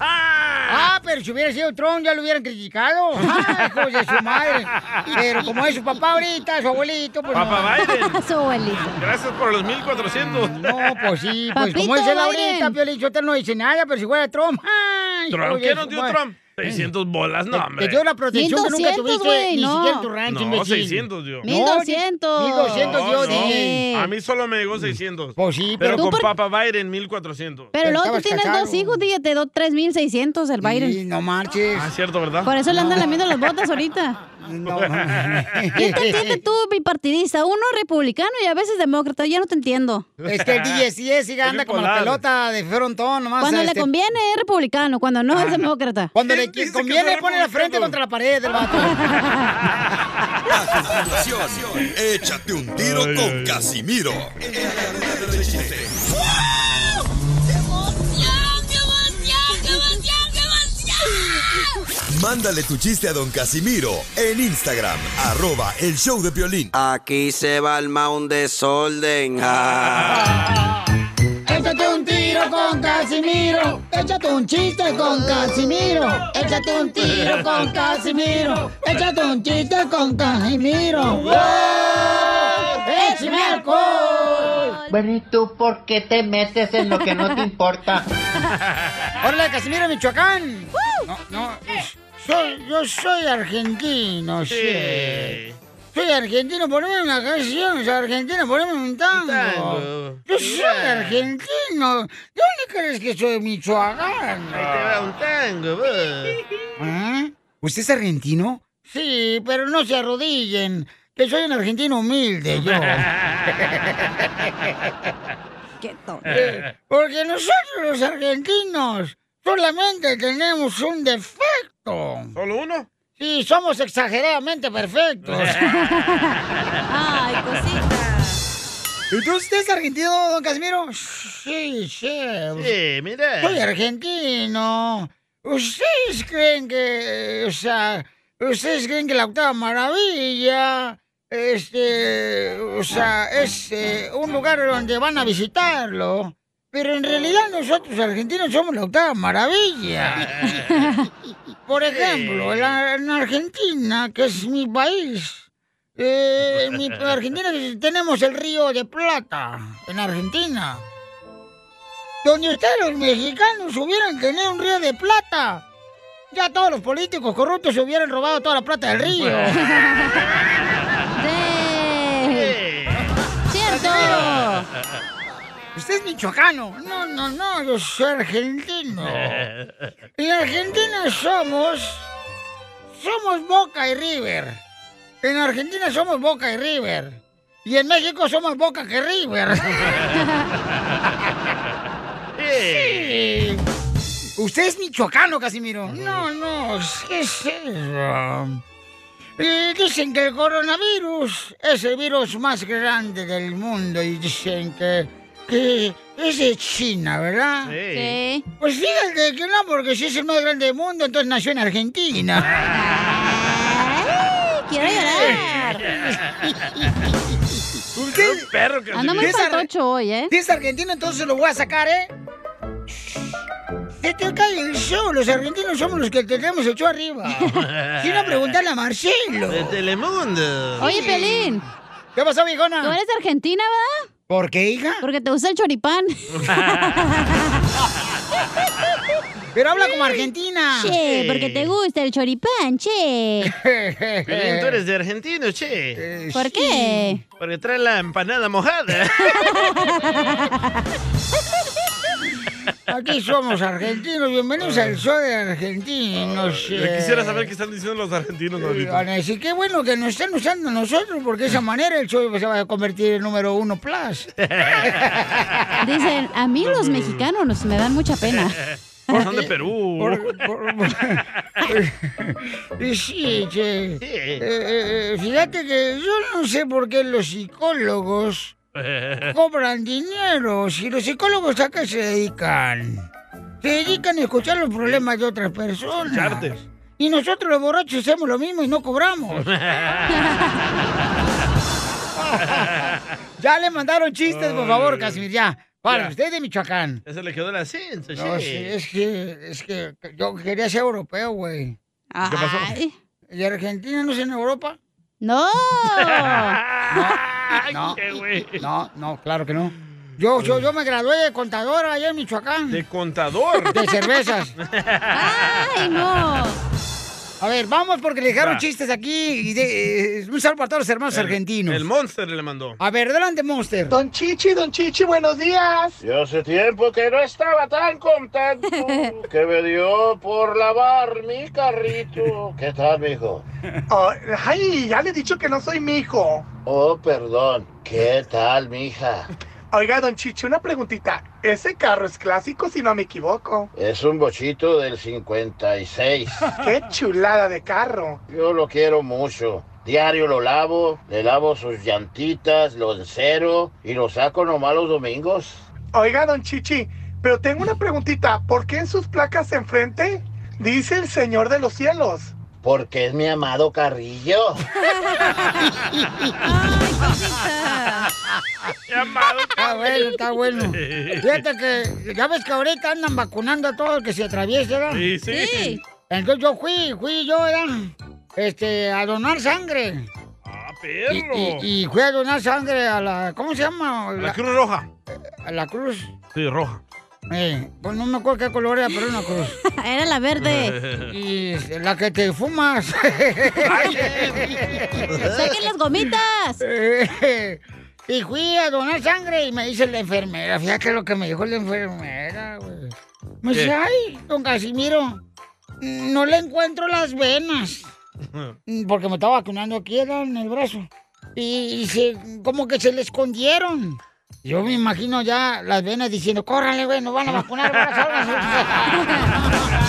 [SPEAKER 2] Ah, pero si hubiera sido Trump ya lo hubieran criticado.
[SPEAKER 1] [laughs]
[SPEAKER 2] Ay, hijos de su madre. Pero como es su papá ahorita, su abuelito, pues
[SPEAKER 1] Papá
[SPEAKER 2] no.
[SPEAKER 1] Biden.
[SPEAKER 3] Su abuelito.
[SPEAKER 1] Gracias por los 1400.
[SPEAKER 2] No, pues sí, Pues como dice la ahorita, Piolín, yo te no dice nada, pero si fuera Trump. ay,
[SPEAKER 1] Trump,
[SPEAKER 2] oye,
[SPEAKER 1] ¿qué
[SPEAKER 2] su
[SPEAKER 1] nos dio
[SPEAKER 2] madre. Eh,
[SPEAKER 1] Trump? 600 bolas, no, hombre.
[SPEAKER 2] Te dio la protección que nunca tuviste, ni siquiera en tu rancho,
[SPEAKER 1] No,
[SPEAKER 2] imbécil.
[SPEAKER 1] 600 dio.
[SPEAKER 2] No, 1200. 1200 dio,
[SPEAKER 3] Eh,
[SPEAKER 2] DJ.
[SPEAKER 1] A mí solo me llegó 600.
[SPEAKER 2] Pues sí,
[SPEAKER 1] pero,
[SPEAKER 3] pero- Tú
[SPEAKER 1] con
[SPEAKER 3] por-
[SPEAKER 1] Papa Biden 1400.
[SPEAKER 3] Pero luego tú tienes dos hijos, dije, te doy 3,600 el Biden.
[SPEAKER 2] no marches.
[SPEAKER 1] Ah, cierto, ¿verdad?
[SPEAKER 3] Por eso le
[SPEAKER 1] [laughs]
[SPEAKER 3] andan lamiendo las botas ahorita.
[SPEAKER 2] [laughs]
[SPEAKER 3] ¿Quién te entiende tú, bipartidista? Uno republicano y a veces demócrata, ya no te entiendo.
[SPEAKER 1] [laughs]
[SPEAKER 2] Es que el DJ sí es, sigue anda como la pelota de frontón, nomás.
[SPEAKER 3] Cuando
[SPEAKER 2] este, Ah,
[SPEAKER 3] le conviene es republicano, cuando no es demócrata.
[SPEAKER 2] Cuando le conviene, pone la frente contra la pared del vato.
[SPEAKER 1] [laughs]
[SPEAKER 5] Échate un tiro con Casimiro. Mándale tu chiste a don Casimiro en Instagram, arroba el show de Piolín. Aquí se va el mound Ah. desorden.
[SPEAKER 13] Échate un tiro con Casimiro. Échate un chiste con Casimiro. Échate un tiro con Casimiro. Échate un chiste con Casimiro. ¡Wow! ¡Échame alcohol! Bueno, ¿y tú por qué te metes en lo que no te [laughs] importa?
[SPEAKER 2] ¡Órale, Casimiro, Michoacán! No, no, soy- yo soy
[SPEAKER 13] Oh,
[SPEAKER 2] argentino, sí. Soy argentino, poneme una canción, soy argentino, poneme un tango.
[SPEAKER 13] tango.
[SPEAKER 2] Yo soy argentino. ¿De dónde crees que soy Michoacán?
[SPEAKER 1] Ahí te va un tango,
[SPEAKER 2] ¿Ah? ¿Usted es argentino? Sí, pero no se arrodillen, que soy un argentino humilde yo. Eh, Porque nosotros los argentinos solamente tenemos un defecto.
[SPEAKER 1] ¿Solo uno?
[SPEAKER 2] Sí, somos
[SPEAKER 1] [laughs]
[SPEAKER 2] exageradamente perfectos. [laughs] Ay, cosita. ¿Y tú usted es argentino, don Casimiro? Sí, chef.
[SPEAKER 1] Sí, mire.
[SPEAKER 2] Soy argentino. ¿Ustedes creen que, eh, o sea, ustedes creen que la octava maravilla, este, o sea, es eh, un lugar donde van a visitarlo? Pero en realidad nosotros argentinos somos la octava [laughs] maravilla. Por ejemplo, la- en Argentina, que es mi país, eh, en mi en Argentina tenemos el río de Plata, en Argentina. Donde ustedes los mexicanos hubieran tenido un río de plata, ya todos los políticos corruptos se hubieran robado toda la plata del río. ¡Eh! ¡Cierto! Usted es michoacano. No, no, no, yo soy
[SPEAKER 28] [laughs]
[SPEAKER 2] argentino. En Argentina somos. Somos Boca y River. En Argentina somos Boca y River. Y en México somos Boca que River. Sí. ¿Usted es michoacano, Casimiro? No, no, ¿qué es eso? Y dicen que el coronavirus es el virus más grande del mundo y dicen que, que es de China, ¿verdad?
[SPEAKER 13] Sí. Sí.
[SPEAKER 2] Pues fíjate que no, porque si es el más grande del mundo, entonces nació en Argentina.
[SPEAKER 13] ¡Quiero llorar!
[SPEAKER 2] ¿Usted?
[SPEAKER 1] perro
[SPEAKER 2] que
[SPEAKER 3] Ando muy fantocho hoy, ¿eh?
[SPEAKER 2] Si es argentino, entonces lo voy a sacar, ¿eh? Que te cae el show. Los argentinos somos los que tenemos el show arriba. Quiero preguntarle a Marcelo.
[SPEAKER 1] De Telemundo.
[SPEAKER 3] Oye,
[SPEAKER 1] [laughs]
[SPEAKER 3] Pelín.
[SPEAKER 2] ¿Qué pasó, mijona?
[SPEAKER 3] Tú eres de Argentina, ¿verdad?
[SPEAKER 2] ¿Por qué, hija?
[SPEAKER 3] Porque te gusta el choripán.
[SPEAKER 2] [laughs] Pero habla como argentina.
[SPEAKER 3] Che, porque te gusta el choripán,
[SPEAKER 2] [laughs]
[SPEAKER 3] che.
[SPEAKER 1] Pelín, tú eres de argentino, che.
[SPEAKER 2] Eh,
[SPEAKER 3] ¿Por qué?
[SPEAKER 1] Porque trae la empanada
[SPEAKER 2] [laughs]
[SPEAKER 1] mojada.
[SPEAKER 2] Aquí somos argentinos. Bienvenidos al show de argentinos. eh,
[SPEAKER 1] Yo quisiera saber qué están diciendo los argentinos, Nolito. [laughs]
[SPEAKER 2] Así que bueno que nos están usando a nosotros, porque de esa manera el show se va a convertir en número uno plus.
[SPEAKER 3] [laughs] Dicen, a mí los mexicanos nos- me dan mucha pena.
[SPEAKER 1] [laughs] Son de Perú.
[SPEAKER 2] [laughs] Y sí, che. Eh, eh, eh, fíjate que yo no sé por qué los psicólogos cobran dinero. Si los psicólogos a qué se dedican? Se dedican a escuchar los problemas de otras personas.
[SPEAKER 13] Escucharte.
[SPEAKER 2] Y nosotros los borrachos hacemos lo mismo y no cobramos. ya le mandaron chistes, por favor, Casimir, ya. Para,
[SPEAKER 1] Ya.
[SPEAKER 2] usted es de Michoacán.
[SPEAKER 1] Ya se le quedó el acento,
[SPEAKER 2] No, sí,
[SPEAKER 1] che.
[SPEAKER 2] es que, es que yo quería ser europeo, güey.
[SPEAKER 1] ¿Qué pasó?
[SPEAKER 2] ¿Y Argentina no es en Europa? [laughs]
[SPEAKER 3] ¡No!
[SPEAKER 2] No, no, no, claro que no. Yo, yo, yo me gradué de contadora allá en Michoacán.
[SPEAKER 1] De
[SPEAKER 2] [laughs]
[SPEAKER 1] contador.
[SPEAKER 2] De cervezas. ¡Ay, no! [laughs] A ver, vamos porque le dejaron
[SPEAKER 1] Va.
[SPEAKER 2] chistes aquí. Y de, eh, un saludo para todos los hermanos argentinos.
[SPEAKER 1] El Monster le mandó.
[SPEAKER 2] A ver, adelante, Monster. Don Chichi, Don Chichi, buenos días.
[SPEAKER 27] Yo hace tiempo que no estaba tan contento [laughs] que me dio por lavar mi carrito. ¿Qué tal, mijo?
[SPEAKER 24] Ah, ay, ya le he dicho que no soy mi hijo.
[SPEAKER 27] Oh, perdón. ¿Qué tal, mija?
[SPEAKER 24] Oiga, don Chichi, una preguntita. Ese carro es clásico, si no me equivoco.
[SPEAKER 27] [laughs] Es un bochito del 56. [laughs]
[SPEAKER 24] Qué chulada de carro.
[SPEAKER 27] Yo lo quiero mucho. Diario lo lavo, le lavo sus llantitas, lo encero y lo saco nomás los domingos.
[SPEAKER 24] Oiga, don Chichi, pero tengo una preguntita. ¿Por qué en sus placas enfrente dice el Señor de los Cielos?
[SPEAKER 27] Porque es mi amado carrillo.
[SPEAKER 2] Está bueno, está bueno. Fíjate que, ya ves que ahorita andan vacunando a todo el que se atraviesa, ¿verdad?
[SPEAKER 13] Sí, sí. Sí. Ah,
[SPEAKER 2] Entonces yo fui, fui yo, ¿verdad? Este, a donar sangre.
[SPEAKER 1] perro!
[SPEAKER 13] Oh. [laughs]
[SPEAKER 2] Y, y fue a donar sangre a la. ¿Cómo se llama?
[SPEAKER 1] La Cruz Roja.
[SPEAKER 2] A la Cruz.
[SPEAKER 1] Sí, roja.
[SPEAKER 2] Eh, pues no me acuerdo qué color era, pero era una cruz.
[SPEAKER 3] [laughs] Era la verde.
[SPEAKER 2] Y la que te fumas. [laughs]
[SPEAKER 3] ¡Saquen eh. las gomitas!
[SPEAKER 2] [laughs] y fui a donar sangre y me dice la enfermera. Fíjate lo que me dijo la enfermera, güey. Me dice,
[SPEAKER 13] ¿Qué?
[SPEAKER 2] ay, don Casimiro, no le encuentro las venas. Porque me estaba vacunando aquí, era en el brazo. Y, y se, como que se le escondieron. Yo me imagino ya las venas diciendo, córrale, güey, nos van a vacunar. van a hacer una-".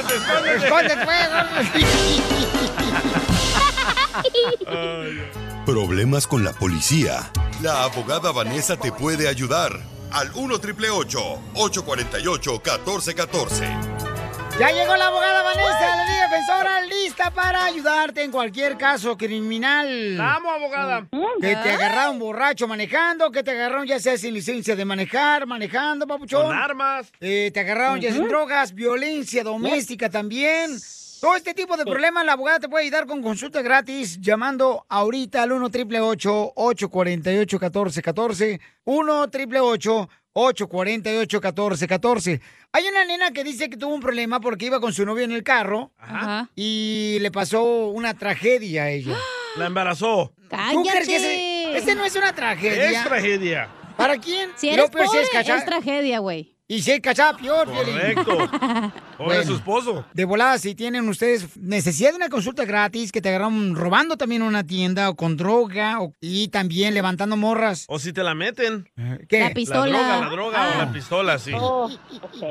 [SPEAKER 1] ¡Escóndete, escóndete!
[SPEAKER 2] Escóndete, güey,
[SPEAKER 5] Problemas con la policía. La abogada Vanessa te puede ayudar. Al 1 triple 848 1414.
[SPEAKER 2] Ya llegó la abogada Vanessa, la Liga defensora, lista para ayudarte en cualquier caso criminal.
[SPEAKER 1] ¡Vamos, abogada!
[SPEAKER 2] Que te agarraron borracho manejando, que te agarraron ya sea sin licencia de manejar, manejando, papuchón.
[SPEAKER 1] Con armas.
[SPEAKER 2] Eh, te agarraron ya sin
[SPEAKER 1] Ujú.
[SPEAKER 2] drogas, violencia doméstica también. Todo este tipo de problemas, la abogada te puede ayudar con consulta gratis llamando ahorita al 1 888 848 1414 1 888 848 1414 Hay una nena que dice que tuvo un problema porque iba con su novio en el carro y le pasó una tragedia a ella.
[SPEAKER 1] La embarazó.
[SPEAKER 2] ¿Tú crees que ese, ese no es una tragedia?
[SPEAKER 1] Es tragedia.
[SPEAKER 2] ¿para quién?
[SPEAKER 3] Si
[SPEAKER 2] Y
[SPEAKER 3] eres
[SPEAKER 2] luego peor si
[SPEAKER 3] pobre,
[SPEAKER 2] es
[SPEAKER 3] es,
[SPEAKER 2] cachar-
[SPEAKER 3] tragedia, güey.
[SPEAKER 2] Y si es cachada, peor.
[SPEAKER 1] Correcto.
[SPEAKER 2] [laughs]
[SPEAKER 1] O de su esposo.
[SPEAKER 2] De volada, si tienen ustedes necesidad de una consulta gratis, que te agarraron robando también en una tienda o con droga o- y también levantando morras.
[SPEAKER 1] O si te la meten.
[SPEAKER 2] Eh, ¿Qué?
[SPEAKER 1] La droga, la droga o la pistola, sí.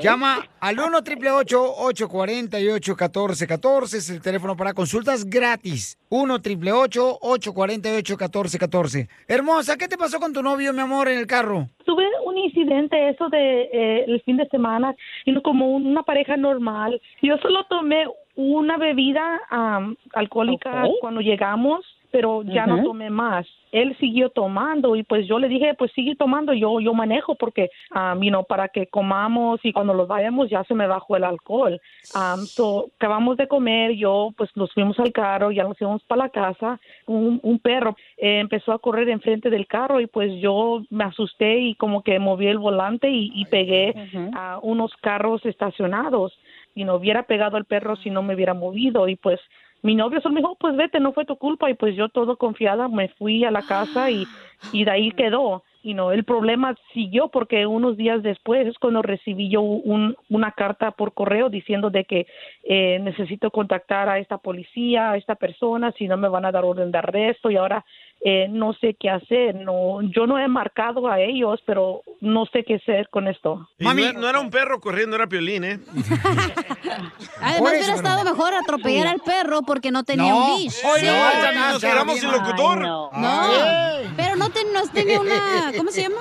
[SPEAKER 2] Llama al 1 888 848 1414 es el teléfono para consultas gratis. 1 888 848 1414 Hermosa, ¿qué te pasó con tu novio, mi amor, en el carro?
[SPEAKER 7] Tuve un incidente eso de eh, el fin de semana, y no como un- una pareja normal. Yo solo tomé una bebida am, alcohólica
[SPEAKER 19] Ok.
[SPEAKER 7] cuando llegamos, pero ya no
[SPEAKER 19] Ujú.
[SPEAKER 7] tomé más. Él siguió tomando y pues yo le dije, pues sigue tomando, yo yo manejo porque, am, you know, para que comamos y cuando los vayamos ya se me bajó el alcohol. Am, so, acabamos de comer, yo pues nos fuimos al carro, ya nos íbamos para la casa, un, un perro eh, empezó a correr enfrente del carro y pues yo me asusté y como que moví el volante y, y pegué a unos carros estacionados y no hubiera pegado al perro si no me hubiera movido y pues mi novio solo me dijo, pues vete, no fue tu culpa. Y pues yo todo confiada me fui a la casa y, y de ahí quedó. Y no, el problema siguió porque unos días después es cuando recibí yo un, una carta por correo diciendo de que eh, necesito contactar a esta policía, a esta persona, si no me van a dar orden de arresto y ahora eh, no sé qué hacer. No, yo no he marcado a ellos, pero no sé qué hacer con esto.
[SPEAKER 1] Y no, era- no era un perro corriendo, era piolín, ¿eh?
[SPEAKER 3] [laughs] Además, hubiera estado mejor atropellar al perro porque no tenía
[SPEAKER 1] No.
[SPEAKER 3] un leash.
[SPEAKER 1] Ay, no, ay, nos quedamos sin locutor. Ay,
[SPEAKER 3] No,
[SPEAKER 1] no.
[SPEAKER 13] Ah,
[SPEAKER 2] Ay.
[SPEAKER 3] pero no, ten- no tenía
[SPEAKER 2] [laughs]
[SPEAKER 3] una... ¿Cómo se llama?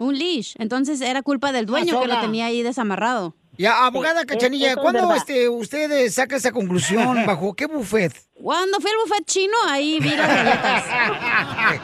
[SPEAKER 3] Un leash. Entonces era culpa del dueño que lo
[SPEAKER 2] soga.
[SPEAKER 3] tenía ahí desamarrado.
[SPEAKER 2] Ya, abogada
[SPEAKER 3] e-
[SPEAKER 2] Cachanilla, ¿cuándo este, usted saca esa conclusión? ¿Bajo qué buffet?
[SPEAKER 3] Cuando fui al buffet chino, ahí vi las
[SPEAKER 13] eh.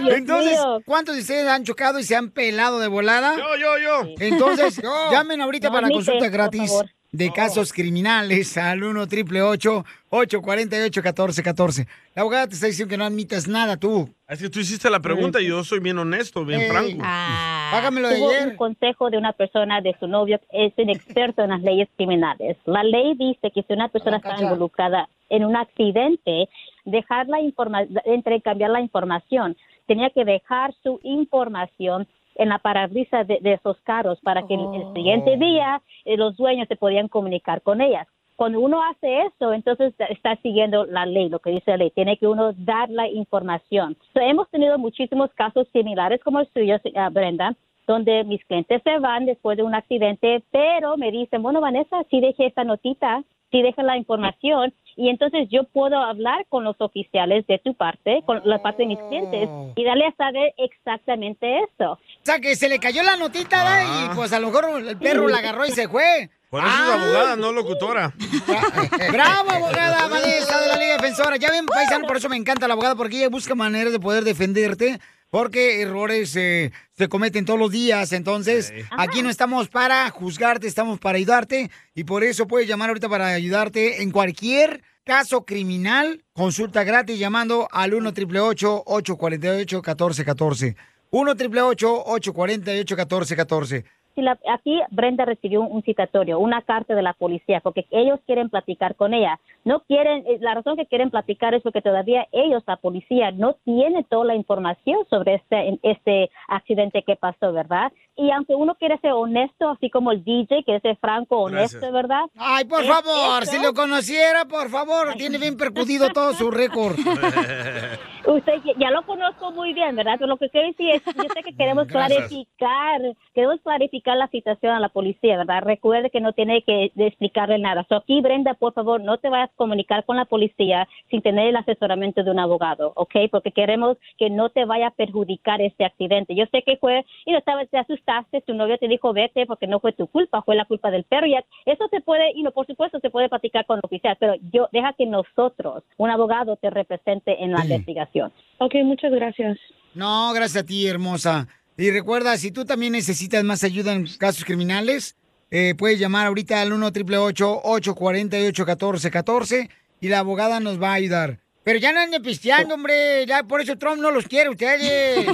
[SPEAKER 3] Dios
[SPEAKER 2] Entonces,
[SPEAKER 3] mío.
[SPEAKER 2] ¿cuántos de ustedes han chocado y se han pelado de volada?
[SPEAKER 1] Yo, yo, yo.
[SPEAKER 2] Entonces,
[SPEAKER 1] [laughs] Yo.
[SPEAKER 2] llamen ahorita
[SPEAKER 1] No,
[SPEAKER 2] para
[SPEAKER 1] admite,
[SPEAKER 2] consulta
[SPEAKER 1] por
[SPEAKER 2] gratis
[SPEAKER 1] favor.
[SPEAKER 2] de casos criminales al 1 888 848 1414 La abogada te está diciendo que no admitas nada tú.
[SPEAKER 1] Es que tú hiciste la pregunta y yo soy bien honesto, bien
[SPEAKER 4] Ey.
[SPEAKER 1] franco.
[SPEAKER 2] Eh,
[SPEAKER 4] Ah.
[SPEAKER 2] Págamelo
[SPEAKER 4] Tuvo
[SPEAKER 2] ayer.
[SPEAKER 4] un consejo de una persona, de su novio, que es un experto en las leyes criminales. La ley dice que si una
[SPEAKER 2] Ah,
[SPEAKER 4] persona está
[SPEAKER 19] cacha.
[SPEAKER 4] involucrada en un accidente, dejar la información, entrecambiar la información. Tenía que dejar su información en la parabrisa de, de esos carros para que el- el siguiente día eh, los dueños se podían comunicar con ellas. Cuando uno hace eso, entonces está- está siguiendo la ley, lo que dice la ley. Tiene que uno dar la información. So, hemos tenido muchísimos casos similares como el suyo, se- ah, Brenda, donde mis clientes se van después de un accidente, pero me dicen, bueno, Vanessa, sí dejé esta notita, sí deja la información, y entonces yo puedo hablar con los oficiales de tu parte, con la parte de mis clientes, y darle a saber exactamente eso.
[SPEAKER 2] Oh. O sea, que se le cayó la notita
[SPEAKER 1] Ah.
[SPEAKER 2] ¿verdad? y pues a lo mejor el perro la agarró y se fue.
[SPEAKER 1] Por eso
[SPEAKER 2] Ah.
[SPEAKER 1] es abogada, no locutora.
[SPEAKER 2] Bravo, abogada Vanessa de la Liga Defensora. Ya ven, paisano, por eso me encanta la abogada, porque ella busca maneras de poder defenderte porque errores eh, se cometen todos los días. Entonces, aquí no estamos para juzgarte, estamos para ayudarte. Y por eso puedes llamar ahorita para ayudarte en cualquier caso criminal. Consulta gratis llamando al 1 888 848 1414 1 888 848 1414
[SPEAKER 4] Si la- aquí Brenda recibió un, un citatorio, una carta de la policía, porque ellos quieren platicar con ella. No quieren, eh, la razón que quieren platicar es porque todavía ellos, la policía, no tiene toda la información sobre este, en- este accidente que pasó, ¿verdad? Y aunque uno quiere ser honesto, así como el DJ, que es de franco, honesto,
[SPEAKER 2] Gracias.
[SPEAKER 4] este, ¿verdad?
[SPEAKER 2] Ay, por
[SPEAKER 4] Es
[SPEAKER 2] favor,
[SPEAKER 4] eso.
[SPEAKER 2] si lo conociera, por favor, tiene
[SPEAKER 4] [laughs]
[SPEAKER 2] bien percudido todo su récord.
[SPEAKER 4] Usted ya- ya lo conozco muy bien, ¿verdad? Pero lo que quiero decir es, yo sé que queremos
[SPEAKER 28] Gracias.
[SPEAKER 4] clarificar, queremos clarificar la situación a la policía, ¿verdad? Recuerde que no tiene que de- explicarle nada. So aquí, Brenda, por favor, no te vayas a comunicar con la policía sin tener el asesoramiento de un abogado, ¿ok? Porque queremos que no te vaya a perjudicar este accidente. Yo sé que fue, y no sabes, te asustaste, tu novio te dijo vete porque no fue tu culpa, fue la culpa del perro. Y eso se puede, y no, por supuesto, se puede platicar con el oficial, pero yo, deja que nosotros, un abogado, te represente en la investigación.
[SPEAKER 2] Ok, muchas gracias. No, gracias a ti, hermosa. Y recuerda, si tú también necesitas más ayuda en casos criminales, eh, puedes llamar ahorita al 1 888 848 1414 y la abogada nos va a ayudar. Pero ya no anden pisteando, hombre. Ya por eso Trump no los quiere a ustedes.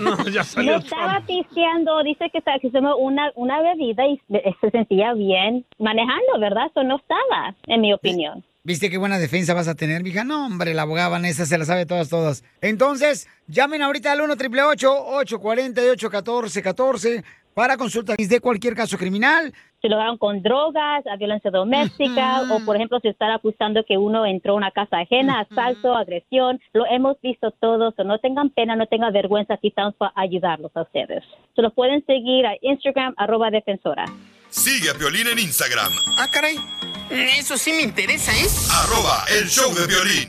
[SPEAKER 4] Me estaba pisteando, dice que, sa- que se tomó una, una bebida y se- se sentía bien manejando, ¿verdad? Eso no estaba, en mi opinión.
[SPEAKER 2] ¿Viste qué buena defensa vas a tener, mija? No, hombre, la abogada Vanessa se la sabe todas, todas. Entonces, llamen ahorita al 1 888 848 1414 para consultas de cualquier caso criminal.
[SPEAKER 4] Se lograron con drogas, a violencia doméstica, o por ejemplo, se están acusando que uno entró a una casa ajena, asalto, agresión. Lo hemos visto todos, so no tengan pena, no tengan vergüenza, aquí estamos para ayudarlos a ustedes. Se los pueden seguir a Instagram, arroba defensora.
[SPEAKER 5] Sigue a Piolín en Instagram,
[SPEAKER 23] Ah, caray. Eso sí me interesa, ¿eh?
[SPEAKER 5] arroba el show de Piolín.